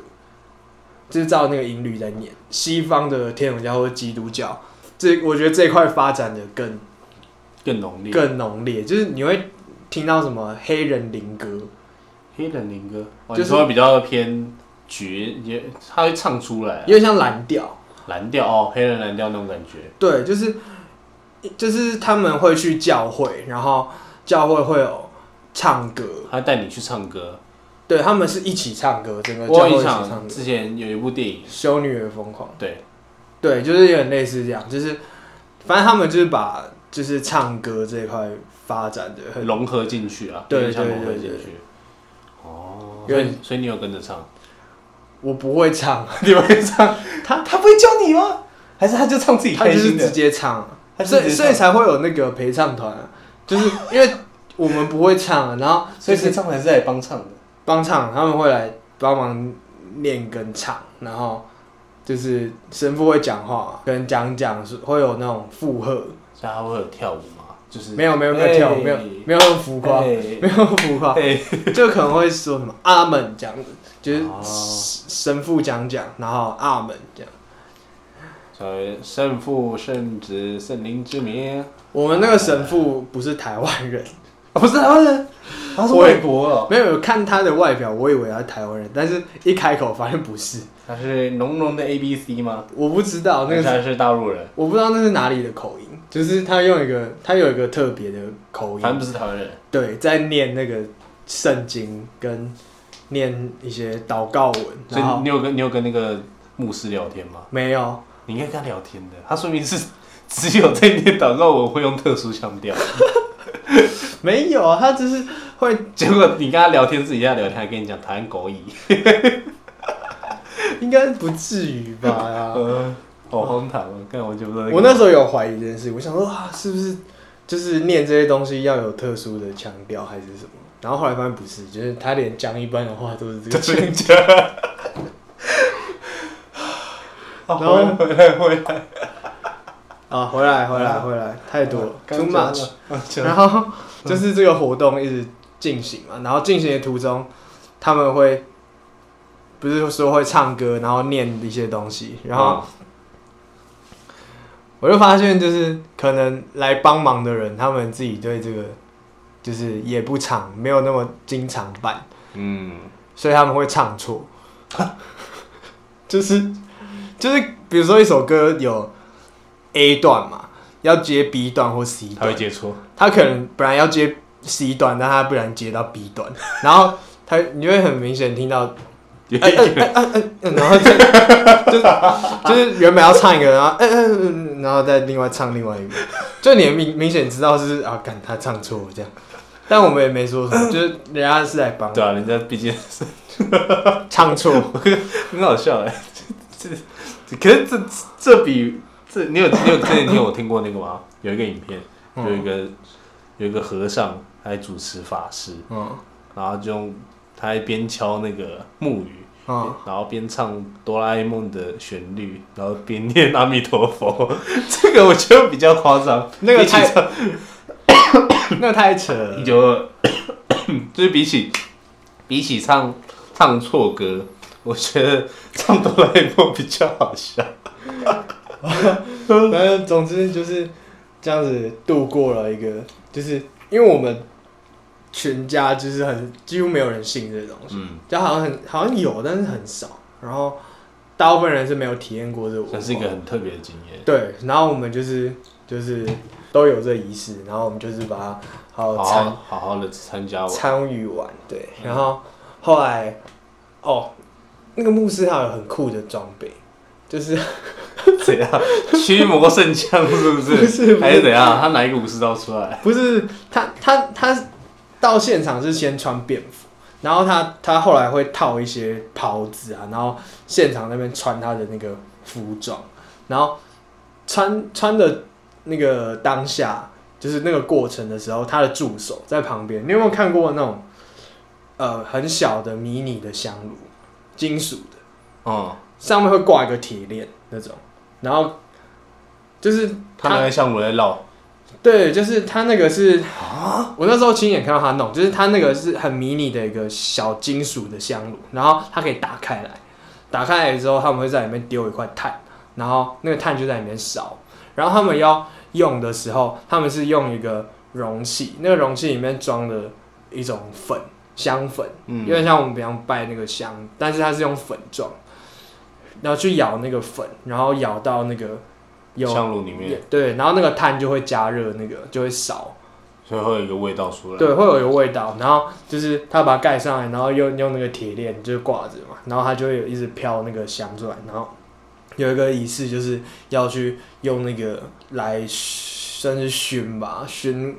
Speaker 1: 就是照那个音律在念。西方的天主教或者基督教，这我觉得这一块发展的更
Speaker 2: 更浓烈。
Speaker 1: 更浓烈，就是你会听到什么黑人灵歌，
Speaker 2: 黑人灵歌，哦，
Speaker 1: 就
Speaker 2: 你
Speaker 1: 是
Speaker 2: 说比较偏爵，也他会唱出来啊，
Speaker 1: 有点像蓝调。
Speaker 2: 蓝调哦，黑人蓝调那种感觉。
Speaker 1: 对，就是就是他们会去教会，然后教会会有唱歌，
Speaker 2: 他带你去唱歌。
Speaker 1: 对他们是一起唱歌，整个教
Speaker 2: 我
Speaker 1: 会一
Speaker 2: 有印
Speaker 1: 起唱
Speaker 2: 象，
Speaker 1: 歌。
Speaker 2: 之前有一部电影，
Speaker 1: 修女的疯狂，
Speaker 2: 对，
Speaker 1: 对，就是有点类似这样，就是反正他们就是把就是唱歌这一块发展的很，
Speaker 2: 融合进去啊，
Speaker 1: 对
Speaker 2: 有点像
Speaker 1: 对
Speaker 2: 融合
Speaker 1: 对
Speaker 2: 进
Speaker 1: 对
Speaker 2: 去。哦，
Speaker 1: 有
Speaker 2: 所
Speaker 1: 点
Speaker 2: 以所以你有跟 着唱，
Speaker 1: 我不会唱，
Speaker 2: 你会唱，他他不会教你吗？还是他就 唱自
Speaker 1: 他就是直？接唱啊，
Speaker 2: 他就
Speaker 1: 所
Speaker 2: 是直
Speaker 1: 以
Speaker 2: 接
Speaker 1: 所以才会有那个陪唱团啊，就是因为我们不会唱啊，然后就
Speaker 2: 所以
Speaker 1: 是
Speaker 2: 谁唱还是来帮唱的。
Speaker 1: 帮唱，他们会来帮忙练跟唱，然后就是神父会讲话，跟讲讲是会有那种附和，
Speaker 2: 所以他会有跳舞吗？就是
Speaker 1: 没有没有没有跳舞，
Speaker 2: 哎
Speaker 1: 没有没有那么浮夸，
Speaker 2: 哎
Speaker 1: 没有那么浮夸，
Speaker 2: 哎
Speaker 1: 就可能会说什么阿门这样子，就是
Speaker 2: 哦
Speaker 1: 神父讲讲，然后阿门这样，
Speaker 2: 所谓圣父、圣子、圣灵之名，
Speaker 1: 我们那个神父不是台湾人，
Speaker 2: 啊，不是台湾人，他是
Speaker 1: 我也
Speaker 2: 外国哦，
Speaker 1: 没有看他的外表，我以为他是台湾人，但是一开口发现不是，
Speaker 2: 他是浓浓的 A B C 吗？
Speaker 1: 我不知道啊那个
Speaker 2: 还是
Speaker 1: 是
Speaker 2: 他是大陆人，
Speaker 1: 我不知道那是哪里的口音，就是他用一个他有一个特别的口
Speaker 2: 反正
Speaker 1: 音，
Speaker 2: 不是台湾人。
Speaker 1: 对，在念那个圣经跟念一些祷告文，
Speaker 2: 所
Speaker 1: 然
Speaker 2: 以
Speaker 1: 后
Speaker 2: 你有跟你有跟那个牧师聊天吗？
Speaker 1: 没有，
Speaker 2: 你应该跟他聊天的，他说明是 只有在念祷告我会用特殊腔调，
Speaker 1: 没有啊，他只是会
Speaker 2: 结果你跟他聊天自己在聊天，还跟你讲台湾狗语，
Speaker 1: 应该不至于吧、啊？
Speaker 2: 呃，好荒唐哦！看我就不知道
Speaker 1: 我那时候有怀疑这件事，我想说啊，是不是就是念这些东西要有特殊的腔调还是什么？然后后来发现不是，就是他连讲一般的话都是 这个腔调。
Speaker 2: 家。
Speaker 1: 啊
Speaker 2: 然后回来回来，
Speaker 1: 啊，回来回来回来，太多了，too
Speaker 2: 刚讲
Speaker 1: much。
Speaker 2: 了
Speaker 1: 然后 就是这个活动一直进行嘛，然后进行的途中，他们会不是说会唱歌，然后念一些东西，然
Speaker 2: 嗯
Speaker 1: 后我就发现就是可能来帮忙的人，他们自己对这个就是也不常没有那么经常办，
Speaker 2: 嗯，
Speaker 1: 所以他们会唱错，就是就是比如说一首歌有 A 段嘛，要接 B 段或 C
Speaker 2: 他
Speaker 1: 段
Speaker 2: 会，接触，
Speaker 1: 他可能本来要接 C 段，但他不然接到 B 段，然后他你会很明显听到，
Speaker 2: 有
Speaker 1: 哎哎哎哎哎哎，然后就就是就是原本要唱一个，然后哎哎哎，嗯然后再另外唱另外一个，就你明明显知道是啊，干他唱错了这样，但我们也没说什么，就是人家是来帮
Speaker 2: 对啊，人家毕竟是
Speaker 1: 唱错，
Speaker 2: 很好笑哎，这这可是这这比这你有你有之前你有听过那个吗？有一个影片，有一个有一个和尚来主持法师，
Speaker 1: 嗯
Speaker 2: 然后就用他还边敲那个木鱼，
Speaker 1: 嗯，
Speaker 2: 然后边唱哆啦 A 梦的旋律，然后边念阿弥陀佛， 这个我觉得比较夸张。
Speaker 1: 那个
Speaker 2: 比起
Speaker 1: 太
Speaker 2: 唱
Speaker 1: 那太扯了
Speaker 2: 一，九二，就是比起比起唱唱错歌，我觉得唱哆啦 A 梦比较好笑。
Speaker 1: 反正总之就是这样子度过了一个，就是因为我们全家就是很几乎没有人信这东西，
Speaker 2: 嗯，
Speaker 1: 就好像很好像有，但是很少，然后大部分人是没有体验过这个文化
Speaker 2: 算是一个很特别的经验。
Speaker 1: 对，然后我们就是就是都有这仪式，然后我们就是把它好
Speaker 2: 好
Speaker 1: 好参
Speaker 2: 好好好的参加我，
Speaker 1: 参与完，对，
Speaker 2: 嗯
Speaker 1: 然后后来哦，那个牧师他有很酷的装备，就是
Speaker 2: 怎样？驱魔圣枪是不 是？
Speaker 1: 不是不是
Speaker 2: 还是怎样？他拿一个武士刀出来？
Speaker 1: 不是他他他到现场是先穿便服，然后他他后来会套一些袍子啊，然后现场那边穿他的那个服装，然后穿穿的那个当下，就是那个过程的时候，他的助手在旁边。你有没有看过那种呃很小的迷你的香炉，金属的？
Speaker 2: 嗯，
Speaker 1: 上面会挂一个铁链那种，然后就是
Speaker 2: 他拿个香炉在绕。
Speaker 1: 对，就是他那个是我那时候亲眼看到他弄，就是他那个是很迷你的一个小金属的香炉，然后它可以打开来，打开来之后他们会在里面丢一块炭，然后那个炭就在里面烧，然后他们要用的时候，他们是用一个容器，那个容器里面装的一种粉香粉，
Speaker 2: 嗯
Speaker 1: 有点像我们平常拜那个香，但是它是用粉状，然后去咬那个粉，然后咬到那个有
Speaker 2: 香炉里面，
Speaker 1: 对，然后那个炭就会加热，那个就会烧，
Speaker 2: 所以会有一个味道出来。
Speaker 1: 对，会有一个味道。然后就是他把它盖上来，然后用用那个铁链就是挂着嘛，然后它就会有一直飘那个香出来。然后有一个仪式就是要去用那个来算是熏吧，熏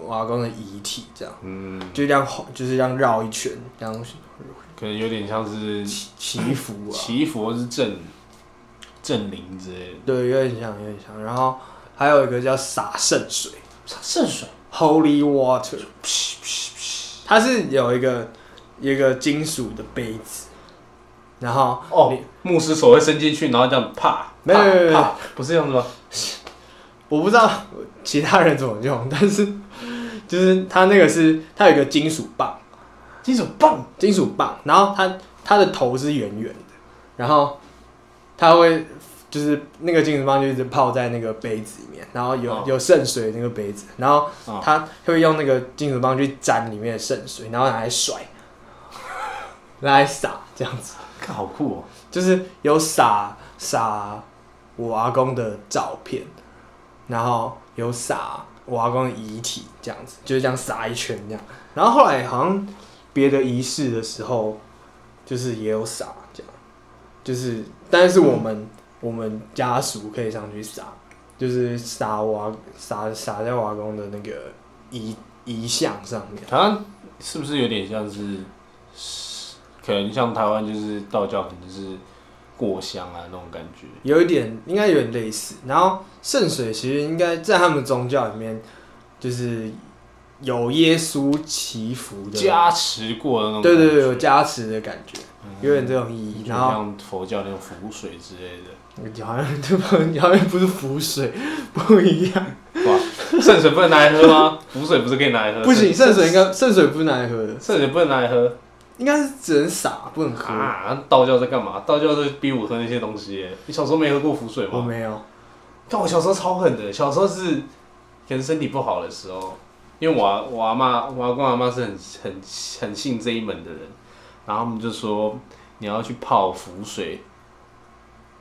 Speaker 1: 我阿公的遗体，这样
Speaker 2: 嗯，
Speaker 1: 就这样晃就是这样绕一圈，这样
Speaker 2: 可能有点像是
Speaker 1: 祈祈福啊，
Speaker 2: 祈福或是镇镇灵之类的。
Speaker 1: 对，有点像，有点像。然后还有一个叫洒圣水。
Speaker 2: 圣水，
Speaker 1: Holy Water，它是有一个有一个金属的杯子，然后
Speaker 2: 哦，牧师手会伸进去，然后这样啪，
Speaker 1: 没有
Speaker 2: 啪
Speaker 1: 没有没有
Speaker 2: 啪，不是这样子吗？
Speaker 1: 我不知道其他人怎么用，但是就是它那个是它有一个金属棒，
Speaker 2: 金属棒，
Speaker 1: 金属棒，然后它它的头是圆圆的，然后它会就是那个金子棒就一直泡在那个杯子里面，然后有、
Speaker 2: 哦
Speaker 1: 有渗水那个杯子，然后
Speaker 2: 哦
Speaker 1: 他会用那个金子棒去沾里面的渗水，然后拿来甩， 拿来撒这样子，
Speaker 2: 看好酷哦、
Speaker 1: 就是有撒撒我阿公的照片，然后有撒我阿公的遗体这样子，就是这样撒一圈这样。然后后来好像别的仪式的时候，就是也有撒这样，就是但是我们、我们家属可以上去撒，就是撒我阿撒撒在我阿公的那个遗遗像上面。
Speaker 2: 好像是不是有点像是，可能像台湾就是道教，可能就是过香啊那种感觉。
Speaker 1: 有一点应该有点类似。然后圣水其实应该在他们宗教里面，就是有耶稣祈福的，
Speaker 2: 加持嗯过的那种
Speaker 1: 对对对，有
Speaker 2: 感觉，
Speaker 1: 加持的感觉，有点这种意
Speaker 2: 就
Speaker 1: 义。然后
Speaker 2: 像佛教那种符水之类的，
Speaker 1: 好像对吧？好像不是符水，不一 样。
Speaker 2: 哇，圣水不能拿来喝吗？符水不是可以拿来喝？
Speaker 1: 不行，圣水应该圣水不是拿来喝的，
Speaker 2: 圣水不能拿来喝
Speaker 1: 应该是只能撒，不能喝。
Speaker 2: 啊！道教在干嘛？道教在逼我喝那些东西耶。你小时候没喝过符水
Speaker 1: 我
Speaker 2: 吗？
Speaker 1: 没有，
Speaker 2: 但我小时候超狠的，小时候是可能身体不好的时候，因为我阿我阿妈我阿公阿妈是很很很信这一门的人，然后他们就说你要去泡符水，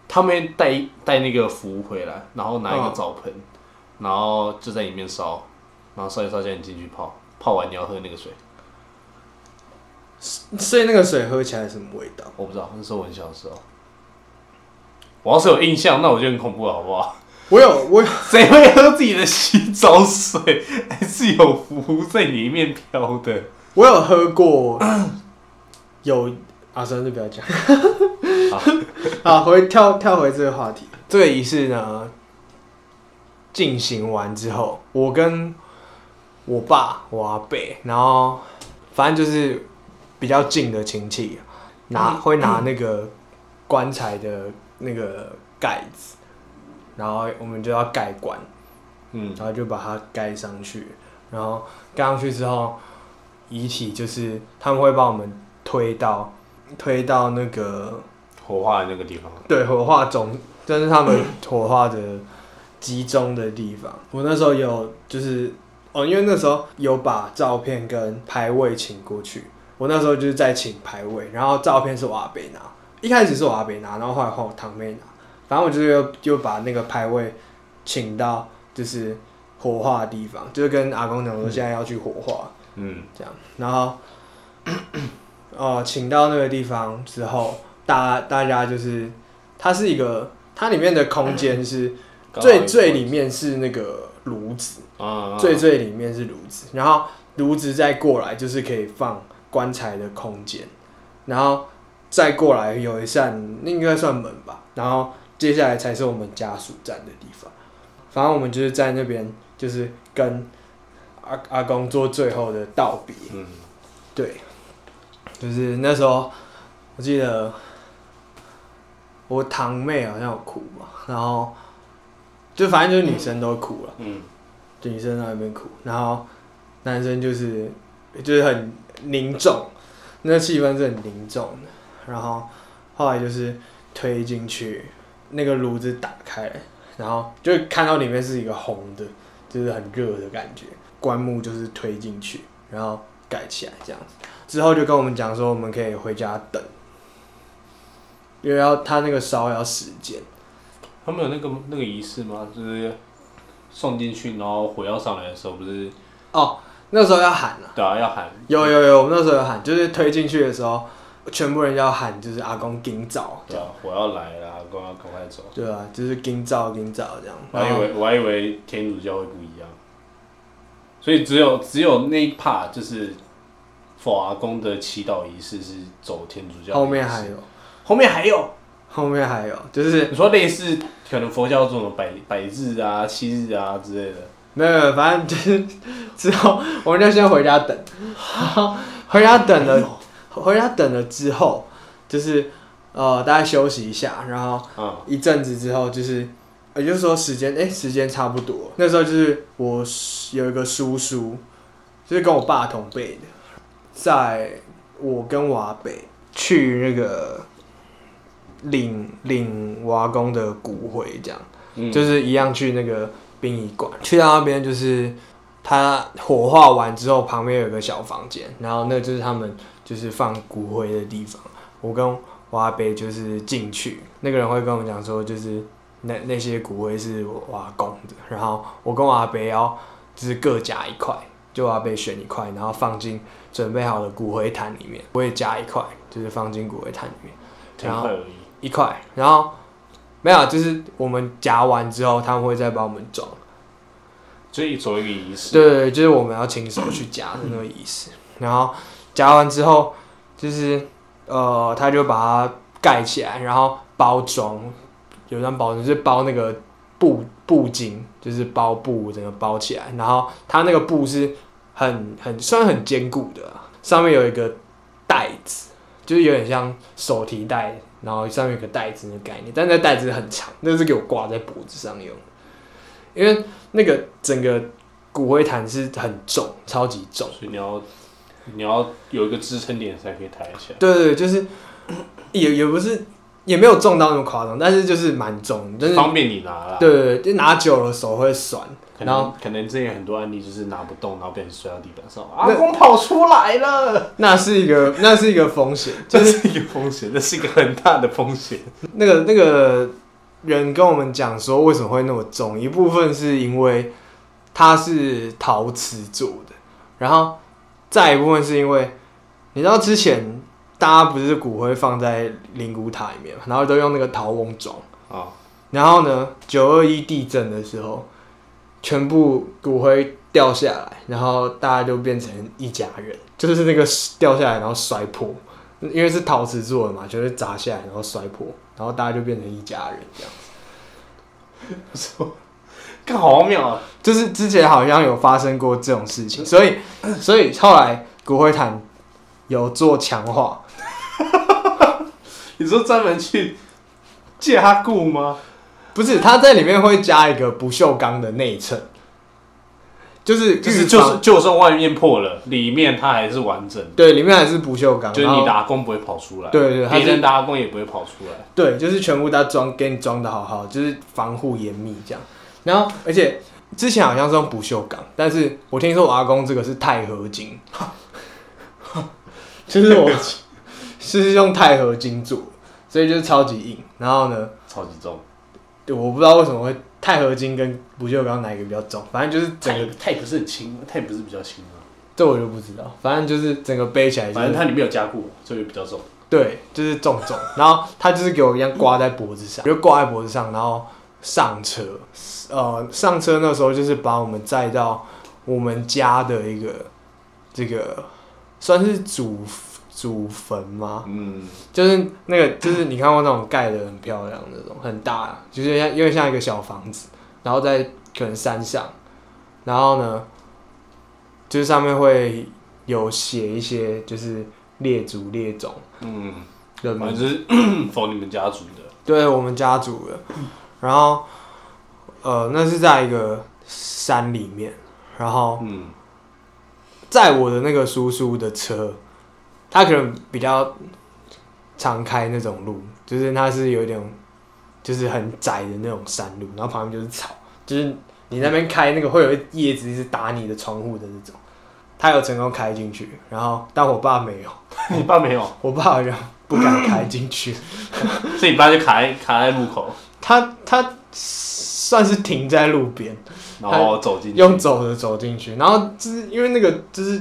Speaker 2: 他们会带带那个符回来，然后拿一个
Speaker 1: 嗯
Speaker 2: 澡盆，然后就在里面烧，然后烧一烧叫你进去泡，泡完你要喝那个水，
Speaker 1: 所以那个水喝起来什么味道？
Speaker 2: 我不知道那时候我很小的时候，我要是有印象，那我就很恐怖了，好不好？
Speaker 1: 我有，我有，
Speaker 2: 谁会喝自己的洗澡水？还是有浮在里面飘的？
Speaker 1: 我有喝 过，有啊，算了，就不要讲。 好，回跳跳回这个话题。这个仪式呢，进行完之后，我跟我爸、我阿伯，然后反正就是比较近的亲戚，拿会拿那个棺材的那个盖子，然后我们就要盖棺，
Speaker 2: 嗯，
Speaker 1: 然后就把它盖上去，然后盖上去之后，遗体就是他们会把我们推到推到那个
Speaker 2: 火化的那个地方，
Speaker 1: 对，火化中，这是他们火化的集中的地方。我那时候有就是哦，因为那时候有把照片跟牌位请过去，我那时候就是在请牌位，然后照片是我阿北拿，一开始是我阿北拿，然后后来换我堂妹拿，反正我就是又又把那个牌位请到就是火化的地方，就是跟阿公讲说现在要去火化，
Speaker 2: 嗯，
Speaker 1: 这样，然后 哦，请到那个地方之后，大大家就是它是一个，它里面的空间是最最里面是那个炉子，
Speaker 2: 啊，
Speaker 1: 最最里面是炉子，然后炉子再过来就是可以放棺材的空间，然后再过来有一扇那应该算门吧，然后接下来才是我们家属站的地方。反正我们就是在那边，就是跟阿阿公做最后的道别，
Speaker 2: 嗯，
Speaker 1: 对，就是那时候，我记得我堂妹好像有哭吧，然后就反正就是女生都哭了，
Speaker 2: 嗯，
Speaker 1: 就女生在那边哭，然后男生就是就是很凝重，那气氛是很凝重的，然后后来就是推进去，那个炉子打开，然后就看到里面是一个红的，就是很热的感觉，棺木就是推进去，然后盖起来这样子，之后就跟我们讲说我们可以回家等。因为要他那个烧要时间，
Speaker 2: 他们有那个那个仪式吗？就是送进去，然后火药上来的时候，不是
Speaker 1: 那时候要喊啊，
Speaker 2: 对啊，要喊
Speaker 1: 有有有，我们那时候有喊，就是推进去的时候，全部人要喊，就是阿公顶灶，
Speaker 2: 对啊，火要来啦，赶快赶快走。
Speaker 1: 对啊，就是顶灶顶灶这样。
Speaker 2: 我还以为我还以为天主教会不一样，所以只有只有那一 part 就是法公的祈祷仪式是走天主教的仪式，
Speaker 1: 后面还有，
Speaker 2: 后面还有。
Speaker 1: 后面还有，就是
Speaker 2: 你说类似可能佛教这种百百日啊、七日啊之类的，
Speaker 1: 没有，没有反正就是之后我们就先回家等，然后回家等了，回家等了之后，就是呃大家休息一下，然后
Speaker 2: 嗯，
Speaker 1: 一阵子之后，就是也就是说时间，哎、时间差不多。那时候就是我有一个叔叔，就是跟我爸同辈的，在我跟我阿北去那个领领我阿公的骨灰，这样、
Speaker 2: 嗯
Speaker 1: 就是一样去那个殡仪馆，去到那边就是他火化完之后，旁边有个小房间，然后那就是他们就是放骨灰的地方。我跟我阿伯就是进去，那个人会跟我们讲说，就是那那些骨灰是我我阿公的，然后我跟我阿伯要就是各夹一块，就我阿伯选一块，然后放进准备好的骨灰坛里面，我也夹一块，就是放进骨灰坛里面。
Speaker 2: 挺快而已。
Speaker 1: 一块，然后没有，啊就是我们夹完之后，他们会再帮我们装。
Speaker 2: 所以作为一个仪式，
Speaker 1: 对对对，就是我们要亲手去夹的那个意思。然后夹完之后，就是呃，他就把它盖起来，然后包装，有张包装就是包那个布布巾，就是包布整个包起来。然后它那个布是很很虽然很坚固的啊，上面有一个袋子，就是有点像手提袋，然后上面有个袋子的概念，但那袋子很长，那是给我挂在脖子上用的，因为那个整个骨灰坛是很重，超级重。
Speaker 2: 所以你要你要有一个支撑点才可以抬起来。
Speaker 1: 对对，对就是也也不是也没有重到那么夸张，但是就是蛮重，但是
Speaker 2: 方便你拿啦。
Speaker 1: 对对对，就拿久了手会酸。
Speaker 2: 可
Speaker 1: 然后
Speaker 2: 能可能之前很多案例就是拿不动，然后被人摔到地板上，
Speaker 1: 那
Speaker 2: 阿公跑出来了，
Speaker 1: 那是一个那是一个风险，
Speaker 2: 这是一个风险，这是一个很大的风险。
Speaker 1: 那个那个人跟我们讲说为什么会那么重，一部分是因为它是陶瓷做的，然后再一部分是因为你知道之前大家不是骨灰放在灵骨塔里面嘛，然后都用那个陶瓮装。
Speaker 2: 啊，
Speaker 1: 然后呢，九二一地震的时候，全部骨灰掉下来，然后大家就变成一家人，就是那个掉下来然后摔破，因为是陶瓷做的嘛，就是砸下来然后摔破，然后大家就变成一家人这样。
Speaker 2: 看好妙啊！
Speaker 1: 就是之前好像有发生过这种事情，所以所以后来骨灰坛有做强化，
Speaker 2: 你说专门去加固吗？
Speaker 1: 不是它在里面会加一个不锈钢的内衬，就是
Speaker 2: 就是
Speaker 1: 预
Speaker 2: 就
Speaker 1: 防
Speaker 2: 是，就算外面破了，里面它还是完整的，
Speaker 1: 对，里面还是不锈钢，
Speaker 2: 就是
Speaker 1: 然后
Speaker 2: 你打工不会跑出来，
Speaker 1: 对对它是
Speaker 2: 别人打工也不会跑出来。
Speaker 1: 对，就是全部都装给你装的好好，就是防护严密这样。然后，而且之前好像是用不锈钢，但是我听说我阿公这个是钛合金， 就是我是用钛合金做，所以就是超级硬。然后呢，
Speaker 2: 超级重，
Speaker 1: 对我不知道为什么会钛合金跟不锈钢哪一个比较重，反正就是整
Speaker 2: 钛
Speaker 1: 个，
Speaker 2: 钛不是很轻，钛不是比较轻吗？
Speaker 1: 这我就不知道，反正就是整个背起来、就是，
Speaker 2: 反正它里面有加固，所以比较重。
Speaker 1: 对，就是重重，然后他就是给我一样挂在脖子上，就挂在脖子上，然后上车，呃，上车那时候就是把我们载到我们家的一个这个算是祖祖坟吗？
Speaker 2: 嗯，
Speaker 1: 就是那个就是你看过那种盖的很漂亮那种很大，就是像有点像一个小房子，然后在可能山上，然后呢，就是上面会有写一些就是列祖列宗。
Speaker 2: 嗯，
Speaker 1: 对
Speaker 2: 反正就是 否你们家族的，
Speaker 1: 对我们家族的。然后，呃，那是在一个山里面，然后
Speaker 2: 嗯，
Speaker 1: 在我的那个叔叔的车，他可能比较常开那种路，就是它是有一点就是很窄的那种山路，然后旁边就是草，就是你那边开那个会有叶子一直打你的窗户的那种。他有成功开进去，然后但我爸没有，
Speaker 2: 你爸没有，
Speaker 1: 我爸好像不敢开进去，
Speaker 2: 所以你爸就卡在卡在路口，
Speaker 1: 他他算是停在路边，
Speaker 2: 然后走进去，
Speaker 1: 用走的走进去，然后就是因为那个就是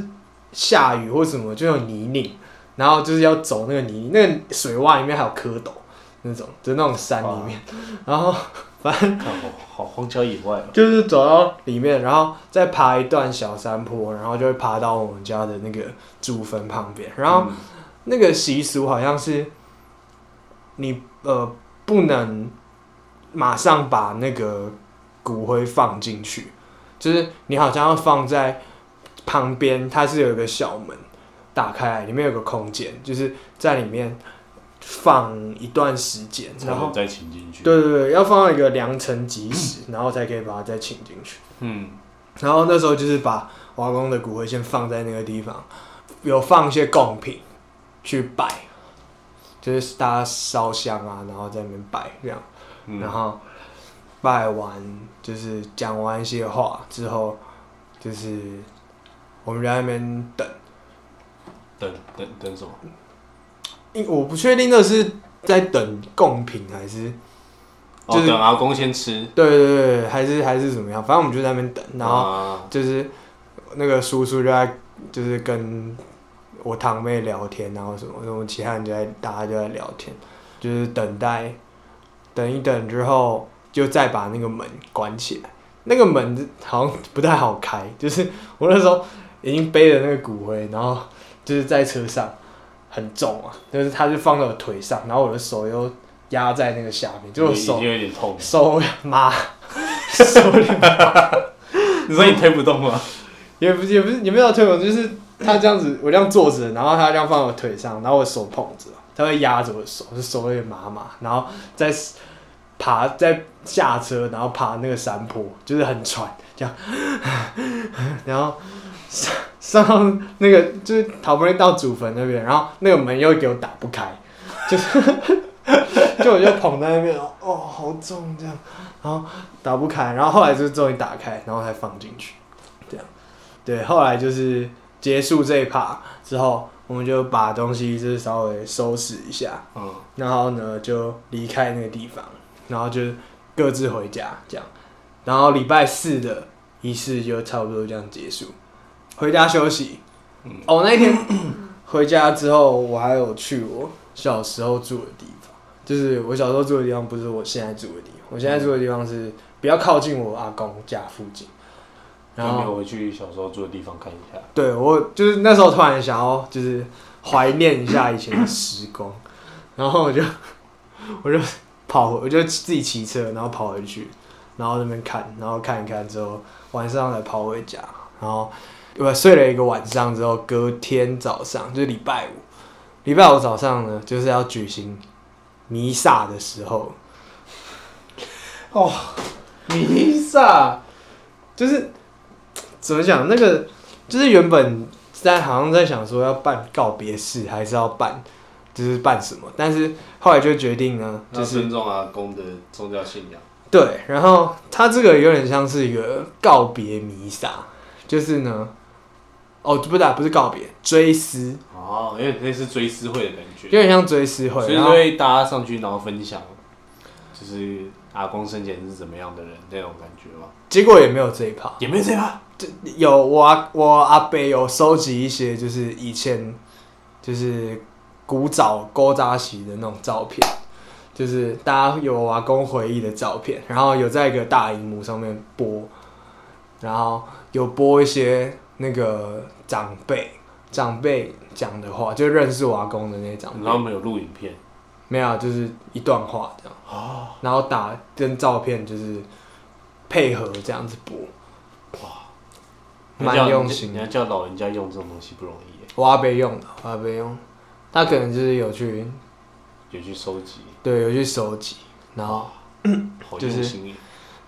Speaker 1: 下雨或什么就有泥泞，然后就是要走那个泥，那个水洼里面还有蝌蚪那种，就是那种山里面，然后反正
Speaker 2: 看好好荒郊野外哦。
Speaker 1: 就是走到里面，然后再爬一段小山坡，然后就会爬到我们家的那个祖坟旁边，然后
Speaker 2: 嗯
Speaker 1: 那个习俗好像是你呃不能马上把那个骨灰放进去，就是你好像要放在旁边，它是有一个小门打开来，里面有个空间，就是在里面放一段时间，
Speaker 2: 才
Speaker 1: 然后
Speaker 2: 能再请进去。
Speaker 1: 对对对，要放到一个良辰吉时，然后才可以把它再请进去。
Speaker 2: 嗯，
Speaker 1: 然后那时候就是把华工的骨灰先放在那个地方，有放一些贡品去拜，就是大家烧香啊，然后在那边拜这样，
Speaker 2: 嗯
Speaker 1: 然后拜完就是讲完一些话之后，就是我们就在那边等，
Speaker 2: 等等等什么？
Speaker 1: 因我不确定那是在等贡品还是
Speaker 2: 哦，
Speaker 1: 就是
Speaker 2: 等阿公先吃，
Speaker 1: 对对对对，还是还是怎么样，反正我们就在那边等，然后
Speaker 2: 后
Speaker 1: 就是那个叔叔就在就是跟我堂妹聊天，然后什么什么，其他人就在大家就在聊天，就是等待，等一等之后，就再把那个门关起来。那个门好像不太好开，就是我那时候已经背着那个骨灰，然后就是在车上很重啊，就是他就放在我腿上，然后我的手又压在那个下面，就我
Speaker 2: 已经
Speaker 1: 手
Speaker 2: 有点痛，
Speaker 1: 手麻，手
Speaker 2: 你说你推不动吗？
Speaker 1: 也不也不是也没有推我，就是他这样子，我这样坐着，然后他这样放我腿上，然后我手碰着，他会压着我的手，就手有点麻麻，然后再爬再下车，然后爬那个山坡，就是很喘，这样，然后上上到那个就是好不容易到祖坟那边，然后那个门又给我打不开，就是就我就捧在那边，哦，好重这样，然后打不开，然后后来就终于打开，然后才放进去。对，后来就是结束这一趴之后，我们就把东西就是稍微收拾一下，
Speaker 2: 嗯，
Speaker 1: 然后呢就离开那个地方，然后就各自回家这样。然后礼拜四的仪式就差不多这样结束，回家休息。哦，那一天 回家之后，我还有去我小时候住的地方，就是我小时候住的地方，不是我现在住的地方。我现在住的地方是比较靠近我阿公家附近，然
Speaker 2: 然
Speaker 1: 后
Speaker 2: 后回去小时候住的地方看一下。
Speaker 1: 对我就是那时候突然想要就是怀念一下以前的时光，然后我就我就跑回，我就自己骑车，然后跑回去，然后那边看，然后看一看之后，晚上才跑回家，然后我睡了一个晚上之后，隔天早上就是礼拜五，礼拜五早上呢就是要举行弥撒的时候，
Speaker 2: 弥撒，
Speaker 1: 哦就是怎么讲，那个就是原本在好像在想说要办告别式，还是要办就是办什么，但是后来就决定呢，
Speaker 2: 就
Speaker 1: 就是
Speaker 2: 尊重阿公的宗教信仰。
Speaker 1: 对，然后它这个有点像是一个告别弥撒，就是呢，哦不对，不是告别，追思，
Speaker 2: 哦，有点类似追思会的感觉
Speaker 1: 有，点像追思会，
Speaker 2: 所以
Speaker 1: 然
Speaker 2: 就
Speaker 1: 后
Speaker 2: 会大家上去然后分享，就是阿公生前是怎么样的人那种感觉嘛。
Speaker 1: 结果也没有这一趴。
Speaker 2: 也没有这样，啊
Speaker 1: 这有我阿我阿伯有收集一些，就是以前就是古早勾扎席的那种照片，就是大家有我阿公回忆的照片，然后有在一个大荧幕上面播，然后有播一些那个长辈长辈讲的话，就认识我阿公的那些长
Speaker 2: 然
Speaker 1: 辈，
Speaker 2: 后我们有录影片。
Speaker 1: 没有啊，就是一段话这样。
Speaker 2: 哦，
Speaker 1: 然后打跟照片就是配合这样子播，哇，蛮用心
Speaker 2: 你
Speaker 1: 的。
Speaker 2: 要叫老人家用这种东西不容易耶，
Speaker 1: 我阿伯用的，我阿伯用，他可能就是有去
Speaker 2: 有去收集，
Speaker 1: 对有去收集，然后
Speaker 2: 好
Speaker 1: 就
Speaker 2: 用
Speaker 1: 是
Speaker 2: 心耶。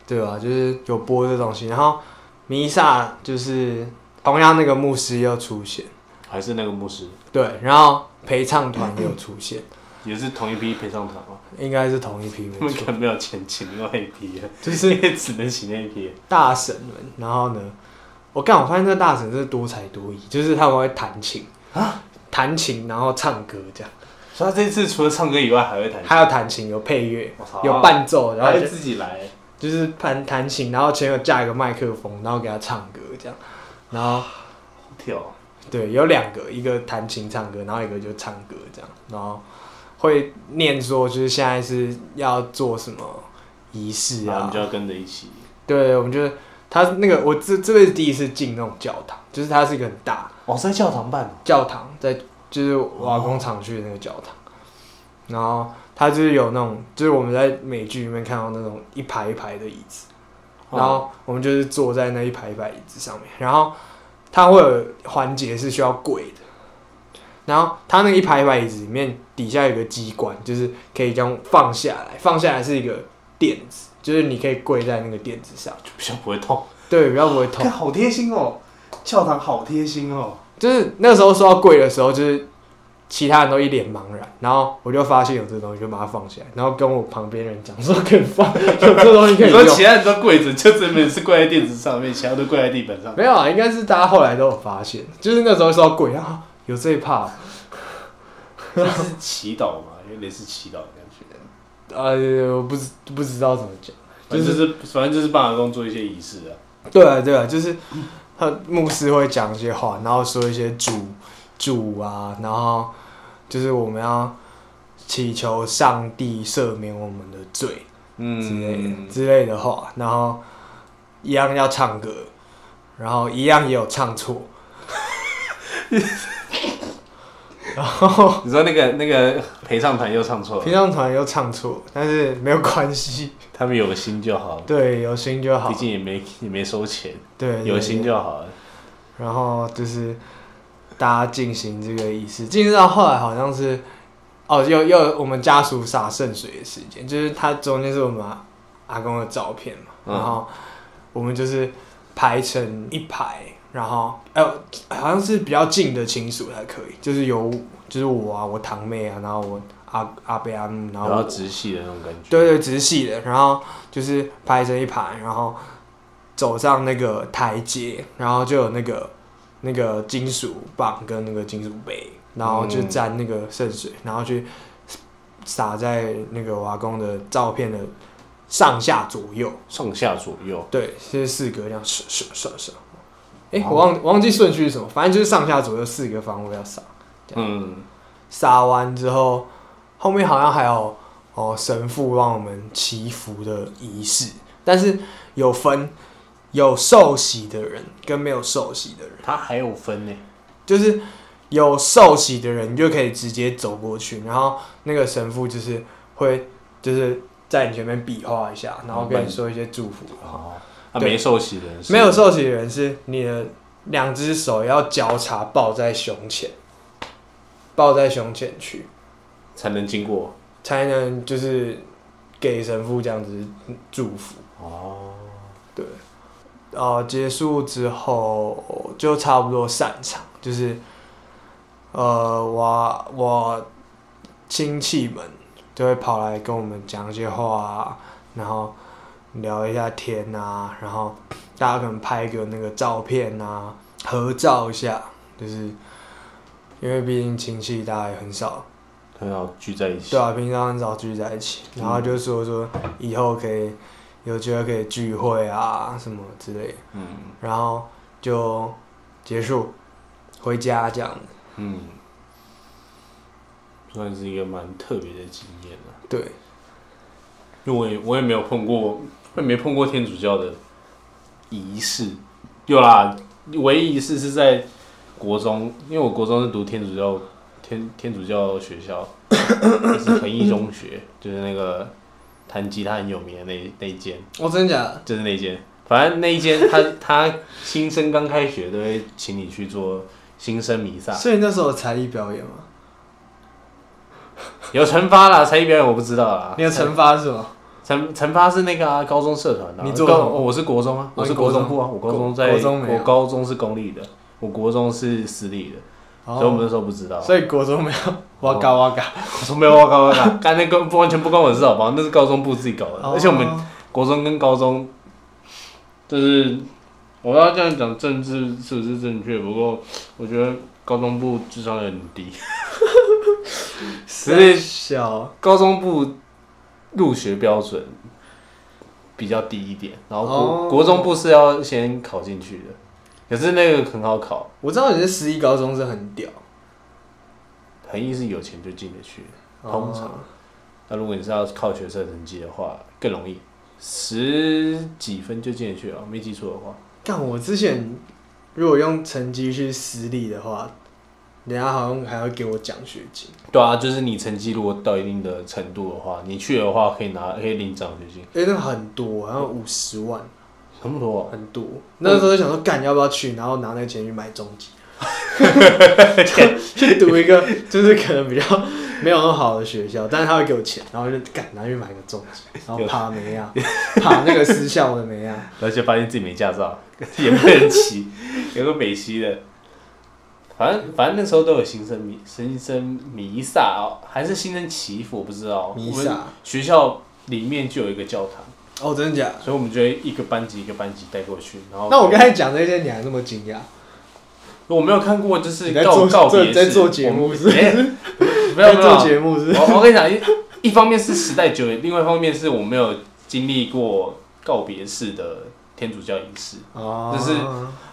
Speaker 1: 对吧、就是有播这东西，然后弥撒就是同样那个牧师又出现，
Speaker 2: 还是那个牧师，
Speaker 1: 对，然后陪唱团又出现，
Speaker 2: 也是同一批陪唱团嘛，
Speaker 1: 应该是同一批
Speaker 2: 他
Speaker 1: 没
Speaker 2: 们
Speaker 1: 错，
Speaker 2: 可能没有钱请另外一批了，
Speaker 1: 就
Speaker 2: 所
Speaker 1: 是
Speaker 2: 以只能请那一批。
Speaker 1: 大神们，然后呢，我刚我发现这大神真是多才多艺，就是他们会弹琴啊，弹琴然后唱歌这样。
Speaker 2: 所以他这次除了唱歌以外，还会弹琴，
Speaker 1: 还有弹琴，有配乐，
Speaker 2: 我操
Speaker 1: 有伴奏，然
Speaker 2: 还
Speaker 1: 后
Speaker 2: 会
Speaker 1: 就
Speaker 2: 自己来，
Speaker 1: 就是弹弹琴，然后前面有架一个麦克风，然后给他唱歌这样，然后
Speaker 2: 好跳哦。
Speaker 1: 对，有两个，一个弹琴唱歌，然后一个就唱歌这样，然后会念说就是现在是要做什么仪式
Speaker 2: 然后我
Speaker 1: 啊
Speaker 2: 们就，要跟着一起。
Speaker 1: 对，我们就是他那个我这这辈子第一次进那种教堂，就是它是一个很大
Speaker 2: 哦，是在教堂办哦，
Speaker 1: 教堂，在就是瓦工厂区的那个教堂，然后它就是有那种，就是我们在美剧里面看到那种一排一排的椅子，
Speaker 2: 哦
Speaker 1: 然后我们就是坐在那一排一排椅子上面，然后它会有环节是需要跪的，然后它那一排一排椅子里面底下有个机关，就是可以这样放下来，放下来是一个垫子，就是你可以跪在那个垫子上，
Speaker 2: 就比较不会痛。
Speaker 1: 对，比较不会痛
Speaker 2: 看。好贴心哦，教堂好贴心哦。
Speaker 1: 就是那时候说到跪的时候，就是其他人都一脸茫然，然后我就发现有这东西，就把它放起来，然后跟我旁边人讲说可以放，有这东西可
Speaker 2: 你
Speaker 1: 以
Speaker 2: 说
Speaker 1: 用。
Speaker 2: 其他人都跪着，就这边是跪在垫子上面，其他都跪在地板上。
Speaker 1: 没有啊，应该是大家后来都有发现，就是那时候说鬼啊，有这一怕、
Speaker 2: 这是祈祷嘛，有点是祈祷的感觉。
Speaker 1: 呃，我不知不知道怎么讲，
Speaker 2: 反正就是反正就是帮阿公做一些仪式啊。
Speaker 1: 对啊对啊，就是他牧师会讲一些话，然后说一些主主啊，然后就是我们要祈求上帝赦免我们的罪之类的、
Speaker 2: 嗯，
Speaker 1: 之类的话，然后一样要唱歌，然后一样也有唱错，
Speaker 2: 你说那个那个陪唱团又唱错 了，
Speaker 1: 合唱团又唱错，但是没有关系，
Speaker 2: 他们有心就好，
Speaker 1: 对，有心就好
Speaker 2: 毕，竟也没也没收钱，
Speaker 1: 对，
Speaker 2: 有
Speaker 1: 对
Speaker 2: 心就好了。
Speaker 1: 然后就是大家进行这个仪式，进行到后来好像是哦，又又我们家属洒圣水的时间，就是它中间是我们阿公的照片嘛，
Speaker 2: 嗯
Speaker 1: 然后我们就是排成一排，然后呃好像是比较近的亲属才可以，就是有就是我啊，我堂妹啊，然后我阿阿伯阿姆，然
Speaker 2: 然
Speaker 1: 后我
Speaker 2: 后直系的那种感觉。
Speaker 1: 对对，直系的，然后就是排成一排，然后走上那个台阶，然后就有那个那个金属棒跟那个金属杯，然后就
Speaker 2: 嗯
Speaker 1: 沾那个圣水，然后去洒在那个瓦工的照片的上下左右，
Speaker 2: 上下左右。
Speaker 1: 对，是四格这样刷刷刷刷。哎，我忘我忘记顺序是什么，反正就是上下左右四个方位要撒。
Speaker 2: 嗯，
Speaker 1: 撒完之后，后面好像还有哦神父帮我们祈福的仪式，但是有分有受洗的人跟没有受洗的人，
Speaker 2: 他还有分呢。
Speaker 1: 就是有受洗的人，你就可以直接走过去，然后那个神父就是会就是在你前面比划一下，然后跟你说一些祝福。
Speaker 2: 哦，他
Speaker 1: 对
Speaker 2: 没受洗的人是
Speaker 1: 没有受洗的人是你的两只手要交叉抱在胸前，抱在胸前去。
Speaker 2: 才能经过。
Speaker 1: 才能就是给神父这样子祝福。
Speaker 2: 哦，
Speaker 1: 呃，结束之后就差不多散场，就是呃，我我亲戚们就会跑来跟我们讲一些话、啊，然后聊一下天啊，然后大家可能拍个那个照片啊，合照一下，就是因为毕竟亲戚大家也很少
Speaker 2: 很好聚在一起。
Speaker 1: 对啊，平常很少聚在一起，然后就说说以后可以有机会可以聚会啊什么之类的，
Speaker 2: 嗯
Speaker 1: 然后就结束回家这样子。
Speaker 2: 嗯，算是一个蛮特别的经验了、
Speaker 1: 对，
Speaker 2: 因为我也我也没有碰过，我也没碰过天主教的仪式。有啦，唯一一次是在国中，因为我国中是读天主教天天主教学校， 就是恒毅中学，就是那个弹吉他很有名的那那一间。
Speaker 1: 我、哦真的假的？
Speaker 2: 就是那间，反正那一间他 他新生刚开学都会请你去做新生弥 撒，
Speaker 1: 所以那时候有才艺表演吗？
Speaker 2: 有惩罚啦，才艺表演我不知道啦。
Speaker 1: 你有惩罚是吗？
Speaker 2: 惩惩罚是那个啊，高中社团的、啊。
Speaker 1: 你做
Speaker 2: 高
Speaker 1: 什么
Speaker 2: 哦我是国中啊，我
Speaker 1: 哦
Speaker 2: 是
Speaker 1: 你国
Speaker 2: 国
Speaker 1: 中
Speaker 2: 中部啊，我高中
Speaker 1: 国
Speaker 2: 在，
Speaker 1: 国中没有
Speaker 2: 我高中是公立的，我国中是私立的，
Speaker 1: 哦
Speaker 2: 所以我们那时候不知道。
Speaker 1: 所以国中没有哇嘎哇嘎，
Speaker 2: 我说没有，啊我搞我搞，干那个不完全不关我的事好不好？那是高中部自己搞的，而且我们
Speaker 1: 哦
Speaker 2: 国中跟高中，就是我要这样讲政治是不是正确？不过我觉得高中部智商有点低，
Speaker 1: 啊
Speaker 2: 所以
Speaker 1: 小
Speaker 2: 高中部入学标准比较低一点，然后国、
Speaker 1: 哦
Speaker 2: 国中部是要先考进去的，可是那个很好考，
Speaker 1: 我知道你是十一高中是很屌，
Speaker 2: 很易是有钱就进得去。通常
Speaker 1: 哦
Speaker 2: 那如果你是要靠学测成绩的话，更容易，十几分就进得去啊，没记错的话。
Speaker 1: 干我之前如果用成绩去私立的话，人家好像还会给我奖学金。
Speaker 2: 对啊，就是你成绩如果到一定的程度的话，你去的话可以拿可以领奖学金，
Speaker 1: 哎、那个很多，好像五十万，
Speaker 2: 很不多、啊。
Speaker 1: 很多。那时候就想说，干要不要去，然后拿那个钱去买中 级，就去读一个就是可能比较没有那么好的学校，但是他会给我钱，然后就干拿去买个中级，然后爬梅亚，爬那个私校的啊梅亚。
Speaker 2: 而且发现自己没驾照，也不能骑，有个美西的。反正反正那时候都有新生弥新生弥撒哦，还是新生祈福，我不知道。
Speaker 1: 弥
Speaker 2: 我们
Speaker 1: 撒
Speaker 2: 学校里面就有一个教堂，
Speaker 1: 哦，真的假的？
Speaker 2: 所以我们就会一个班级一个班级带过去。然后
Speaker 1: 那我刚才讲这些，你还那么惊讶？
Speaker 2: 我没有看过，就是
Speaker 1: 你在
Speaker 2: 告
Speaker 1: 做
Speaker 2: 告
Speaker 1: 这
Speaker 2: 别
Speaker 1: 在
Speaker 2: 式
Speaker 1: 做节
Speaker 2: 我们
Speaker 1: 目是不是
Speaker 2: 哎没有
Speaker 1: 在
Speaker 2: 啊没
Speaker 1: 做
Speaker 2: 有，
Speaker 1: 节目是不是？
Speaker 2: 我我跟你讲，一一方面是时代久远，另外一方面是我没有经历过告别式的天主教仪式。
Speaker 1: 哦，
Speaker 2: 就是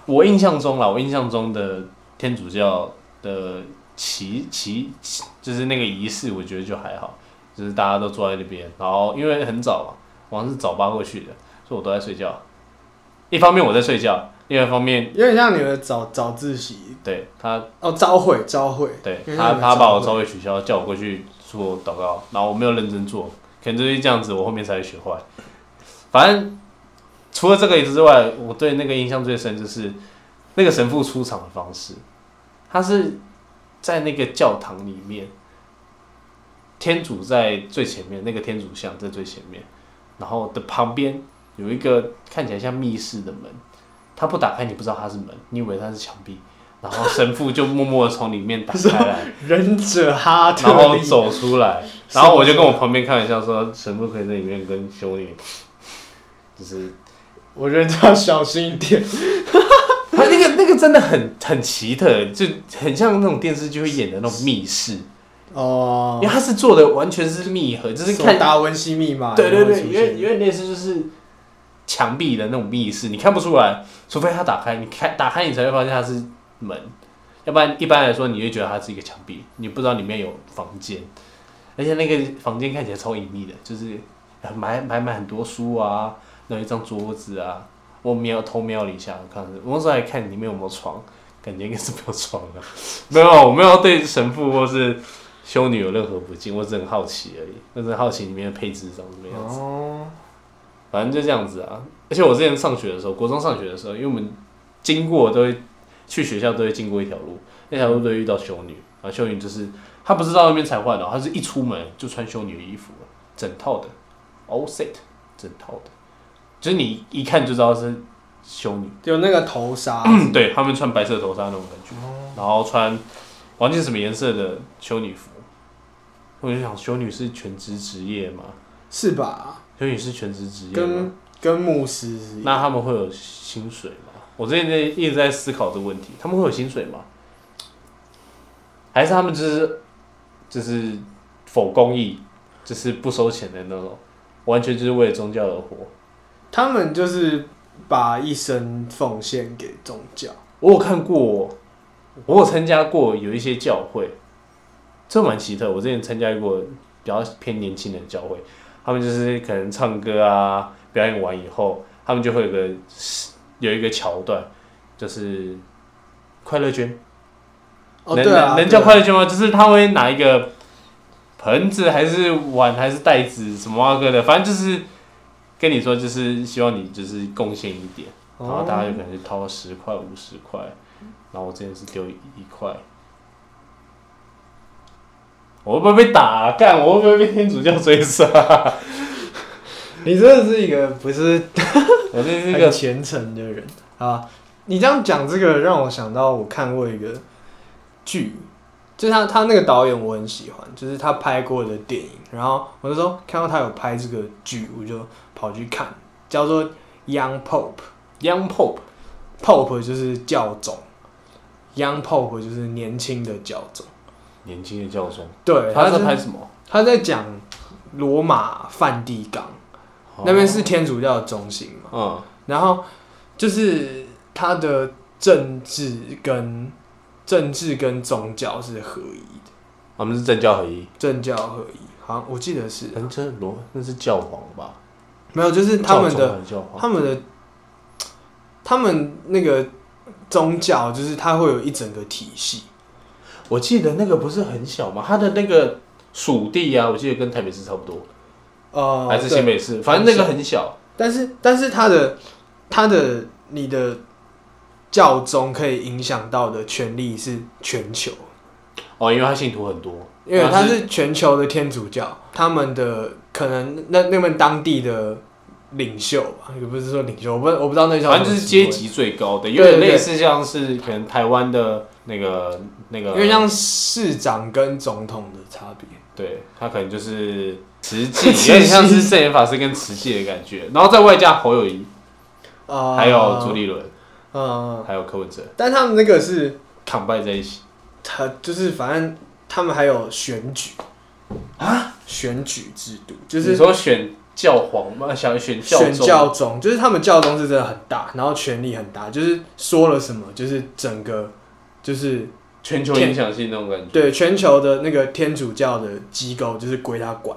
Speaker 2: 我印象中啦，我印象中的天主教的祈祈祈就是那个仪式，我觉得就还好，就是大家都坐在那边，然后因为很早嘛，我好像是早八过去的，所以我都在睡觉。一方面我在睡觉，另外一方面
Speaker 1: 有点像你们的早早自习
Speaker 2: 对他
Speaker 1: 哦，朝会朝会，
Speaker 2: 对
Speaker 1: 有点像你
Speaker 2: 他
Speaker 1: 们
Speaker 2: 他把我
Speaker 1: 朝
Speaker 2: 稍
Speaker 1: 会。
Speaker 2: 微取消，叫我过去做祷告，然后我没有认真做，可能就是这样子，我后面才会学坏。反正除了这个之外，我对那个印象最深就是那个神父出场的方式，他是在那个教堂里面，天主在最前面，那个天主像在最前面，然后的旁边有一个看起来像密室的门，他不打开你不知道它是门，你以为它是墙壁。然后神父就默默的从里面打 开来，
Speaker 1: 忍者哈特
Speaker 2: 然后
Speaker 1: 利
Speaker 2: 走出来，然后我就跟我旁边开玩笑说，神父可以在里面跟修女，就是
Speaker 1: 我觉得这要小心一点。
Speaker 2: 他那个那个真的很很奇特，就很像那种电视剧会演的那种密室，因
Speaker 1: 哦
Speaker 2: 为，他是做的完全是密合，就是看
Speaker 1: 手达文西密码，
Speaker 2: 对对
Speaker 1: 有没有
Speaker 2: 对，
Speaker 1: 出
Speaker 2: 有
Speaker 1: 现
Speaker 2: 点有点类似就是墙壁的那种密室，你看不出来，除非它打开，你开打开你才会发现它是门，要不然一般来说你会觉得它是一个墙壁，你不知道里面有房间，而且那个房间看起来超隐秘的，就是呃买买买很多书啊，然后一张桌子啊，我瞄偷瞄了一下，我看我那时候还看里面有没有床，感觉应该是没有床的、 没有，我没有对神父或是。修女有任何不敬，我只是很好奇而已。我只是好奇里面的配置长什么样子。
Speaker 1: 哦，
Speaker 2: 反正就这样子啊。而且我之前上学的时候，国中上学的时候，因为我们经过都会去学校都会经过一条路，那条路都会遇到修女，然后修女就是她不是到那边才换的哦，她是一出门就穿修女的衣服了，整套的，all set，整套的，就是你一看就知道是修女。
Speaker 1: 有那个头纱，
Speaker 2: 对他们穿白色头纱那种感觉，然后穿忘记什么颜色的修女服。我就想，修女是全职职业吗？
Speaker 1: 是吧？
Speaker 2: 修女是全职职业吗
Speaker 1: 跟？跟牧师是一样
Speaker 2: 那他们会有薪水吗？我最近在一直在思考这个问题，他们会有薪水吗？还是他们就是就是否公益，就是不收钱的那种，完全就是为了宗教而活？
Speaker 1: 他们就是把一生奉献给宗教。
Speaker 2: 我有看过，我有参加过有一些教会，这蛮奇特。我之前参加过比较偏年轻的教会，他们就是可能唱歌啊，表演完以后，他们就会有个有一个桥段，就是快乐捐。
Speaker 1: 哦，
Speaker 2: 能
Speaker 1: 对啊，
Speaker 2: 能能
Speaker 1: 对
Speaker 2: 叫
Speaker 1: 啊
Speaker 2: 快乐圈吗？就是他会拿一个盆子还是碗还是袋子什么啊哥的，反正就是跟你说，就是希望你就是贡献一点，
Speaker 1: 哦
Speaker 2: 然后大家就可能就掏十块五十块，然后我之前是丢一块。我会不会被打啊、干？我会不会被天主教追杀？啊
Speaker 1: 你真的是一个不是
Speaker 2: 我这是一
Speaker 1: 很
Speaker 2: 个
Speaker 1: 虔诚的人啊！你这样讲这个，让我想到我看过一个剧，就是他他那个导演我很喜欢，就是他拍过的电影。然后我那时候看到他有拍这个剧，我就跑去看，叫做《Young Pope
Speaker 2: Young Pope，》
Speaker 1: ，Pope 就是教宗，Young Pope 就是年轻的教宗。
Speaker 2: 年轻的教宗，
Speaker 1: 对，
Speaker 2: 他在
Speaker 1: 是
Speaker 2: 拍什么？
Speaker 1: 他在讲罗马梵蒂冈那边是天主教的中心嘛。
Speaker 2: 哦嗯，
Speaker 1: 然后就是他的政治跟政治跟宗教是合一的，
Speaker 2: 他们是政教合一，
Speaker 1: 政教合一，好像我记得是
Speaker 2: 嗯，这罗那是教皇吧？
Speaker 1: 没有，就是他们的
Speaker 2: 教宗还是教皇
Speaker 1: 他们的他们那个宗教，就是它会有一整个体系，
Speaker 2: 我记得那个不是很小吗？它的那个属地啊，我记得跟台北市差不多，
Speaker 1: 呃，
Speaker 2: 还是
Speaker 1: 对
Speaker 2: 新北市，反正那个很小。
Speaker 1: 但是但是他的他的你的教宗可以影响到的权利是全球。
Speaker 2: 哦，因为它信徒很多，
Speaker 1: 因为
Speaker 2: 它
Speaker 1: 它是全球的天主教，他们的可能那那们当地的领袖吧，也不是说领袖，我不我不知道那叫什么
Speaker 2: 反正就是阶级最高的，
Speaker 1: 对
Speaker 2: 有点类似像是可能台湾的那个那个，
Speaker 1: 因为像市长跟总统的差别，
Speaker 2: 对他可能就是慈济，有点像是圣严法师跟慈济的感觉，然后再外加侯友谊，
Speaker 1: 啊，
Speaker 2: 还有朱立伦，
Speaker 1: 嗯，
Speaker 2: 还有柯文哲，
Speaker 1: 但他们那个是，
Speaker 2: 扛拜在一起。
Speaker 1: 他就是反正他们还有选举啊，选举制度，就
Speaker 2: 你
Speaker 1: 是
Speaker 2: 说选教皇吗？想选教
Speaker 1: 选
Speaker 2: 宗
Speaker 1: 教宗，就是他们教宗是真的很大，然后权力很大，就是说了什么，就是整个就是
Speaker 2: 全球影响性那种感觉。
Speaker 1: 对全球的那个天主教的机构就是归他管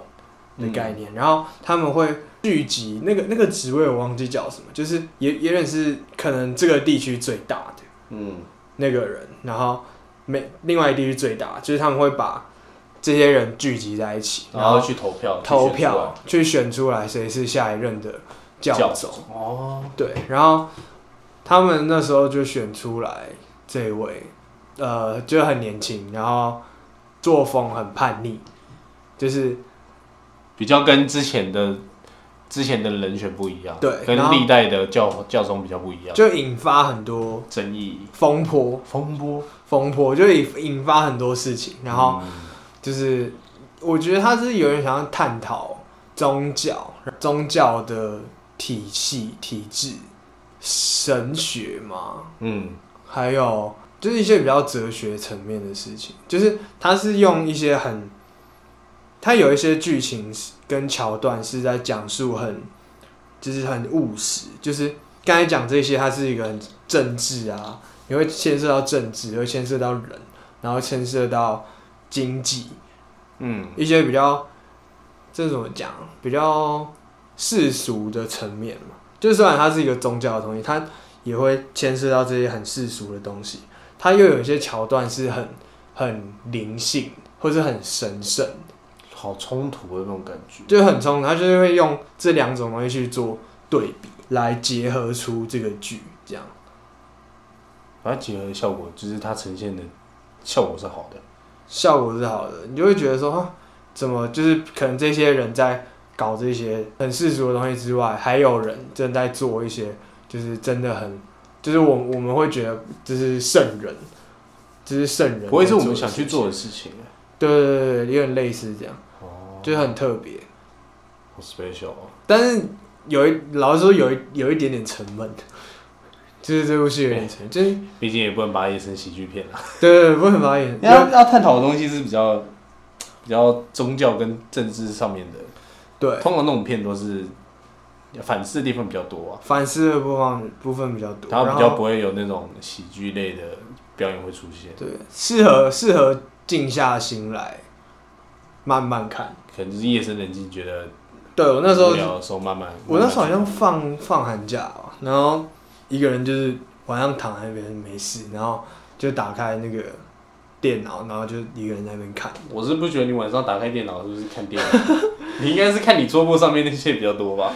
Speaker 1: 的概念，然后他们会聚集那个那个职位我忘记叫什么，就是也也认是可能这个地区最大的
Speaker 2: 嗯，
Speaker 1: 那个人，然后每另外一个地区最大，就是他们会把这些人聚集在一起，然
Speaker 2: 然
Speaker 1: 后
Speaker 2: 后去投票，
Speaker 1: 投
Speaker 2: 去选出来
Speaker 1: 票去选出来谁是下一任的教宗。
Speaker 2: 哦，
Speaker 1: 对，然后他们那时候就选出来这位，呃，就很年轻，然后作风很叛逆，就是
Speaker 2: 比较跟之前的之前的人选不一样，
Speaker 1: 对
Speaker 2: 跟
Speaker 1: 然后
Speaker 2: 历代的教教宗比较不一样，
Speaker 1: 就引发很多
Speaker 2: 争议
Speaker 1: 风波，
Speaker 2: 风波，
Speaker 1: 风波就引引发很多事情，然
Speaker 2: 嗯
Speaker 1: 后就是我觉得他是有人想要探讨宗教、宗教的体系、体制、神学嘛，
Speaker 2: 嗯，
Speaker 1: 还有就是一些比较哲学层面的事情，就是它是用一些很，它有一些剧情是跟桥段是在讲述很，就是很务实，就是刚才讲这些，它是一个很政治啊，你会牵涉到政治，会牵涉到人，然后牵涉到经济，
Speaker 2: 嗯
Speaker 1: 一些比较，这怎么讲？比较世俗的层面嘛。就虽然它是一个宗教的东西，它也会牵涉到这些很世俗的东西。它又有一些桥段是很很灵性，或是很神圣，
Speaker 2: 嗯，好冲突的那种感觉，
Speaker 1: 就很冲突。它就是会用这两种东西去做对比，来结合出这个剧。这样，
Speaker 2: 把它结合的效果，就是它呈现的效果是好的，
Speaker 1: 效果是好的，你就会觉得说，啊怎么就是可能这些人在搞这些很世俗的东西之外，还有人正在做一些就是真的很，就是我我们会觉得这是圣人，这是圣人，
Speaker 2: 不会是我们想去，做的事情，啊
Speaker 1: 对对对对，有点类似这样，
Speaker 2: 哦，
Speaker 1: 就是很特别，
Speaker 2: 好 special，哦
Speaker 1: 但是有一老实说有一有一点点沉闷，就是这部戏有点沉，就是
Speaker 2: 毕竟也不能把它演成喜剧片啊，
Speaker 1: 对对对，不能把演，
Speaker 2: 要要探讨的东西是比较比较宗教跟政治上面的，
Speaker 1: 对，
Speaker 2: 通常那种片都是反思的地方比较多啊。
Speaker 1: 反思的部分部分比较多，
Speaker 2: 它
Speaker 1: 然
Speaker 2: 比
Speaker 1: 后
Speaker 2: 较不会有那种喜剧类的表演会出现，
Speaker 1: 对，适合适合静下心来慢慢看。
Speaker 2: 可能就是夜深人静，觉得
Speaker 1: 对我那时候
Speaker 2: 无，聊的时候慢慢。
Speaker 1: 我那时候好
Speaker 2: 慢
Speaker 1: 像
Speaker 2: 慢
Speaker 1: 放放寒假吧，然后一个人就是晚上躺在那边没事，然后就打开那个电脑，然后就一个人在那边看。
Speaker 2: 我是不觉得你晚上打开电脑是不是看 电影，你应该是看你桌布上面那些比较多吧？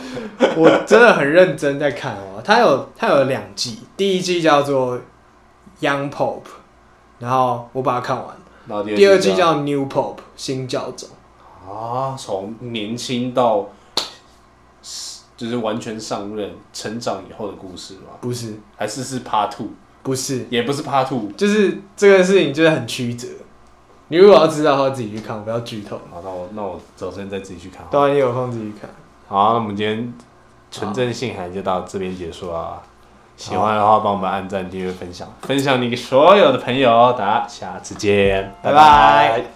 Speaker 1: 我真的很认真在看哦，它有它有两季，第一季叫做 Young Pope，然后我把它看完，
Speaker 2: 然后
Speaker 1: 第
Speaker 2: 第
Speaker 1: 二
Speaker 2: 二
Speaker 1: 季
Speaker 2: 季
Speaker 1: 叫 New Pope 新教宗。
Speaker 2: 啊，从年轻到就是完全上任、成长以后的故事吗？
Speaker 1: 不是
Speaker 2: 还是是 Part Two？
Speaker 1: 不是，
Speaker 2: 也不是 Part Two。
Speaker 1: 就是这个事情就是很曲折。你如果要知道的话，自己去看，我不要剧透。
Speaker 2: 好，那我那我找时间再自己去看好了。
Speaker 1: 当然也有空自己看。
Speaker 2: 好，那我们今天纯正信函就到这边结束了。喜欢的话，帮我们按赞、订阅、分享，分享你给所有的朋友。大家下次见，
Speaker 1: 拜
Speaker 2: 拜拜
Speaker 1: 拜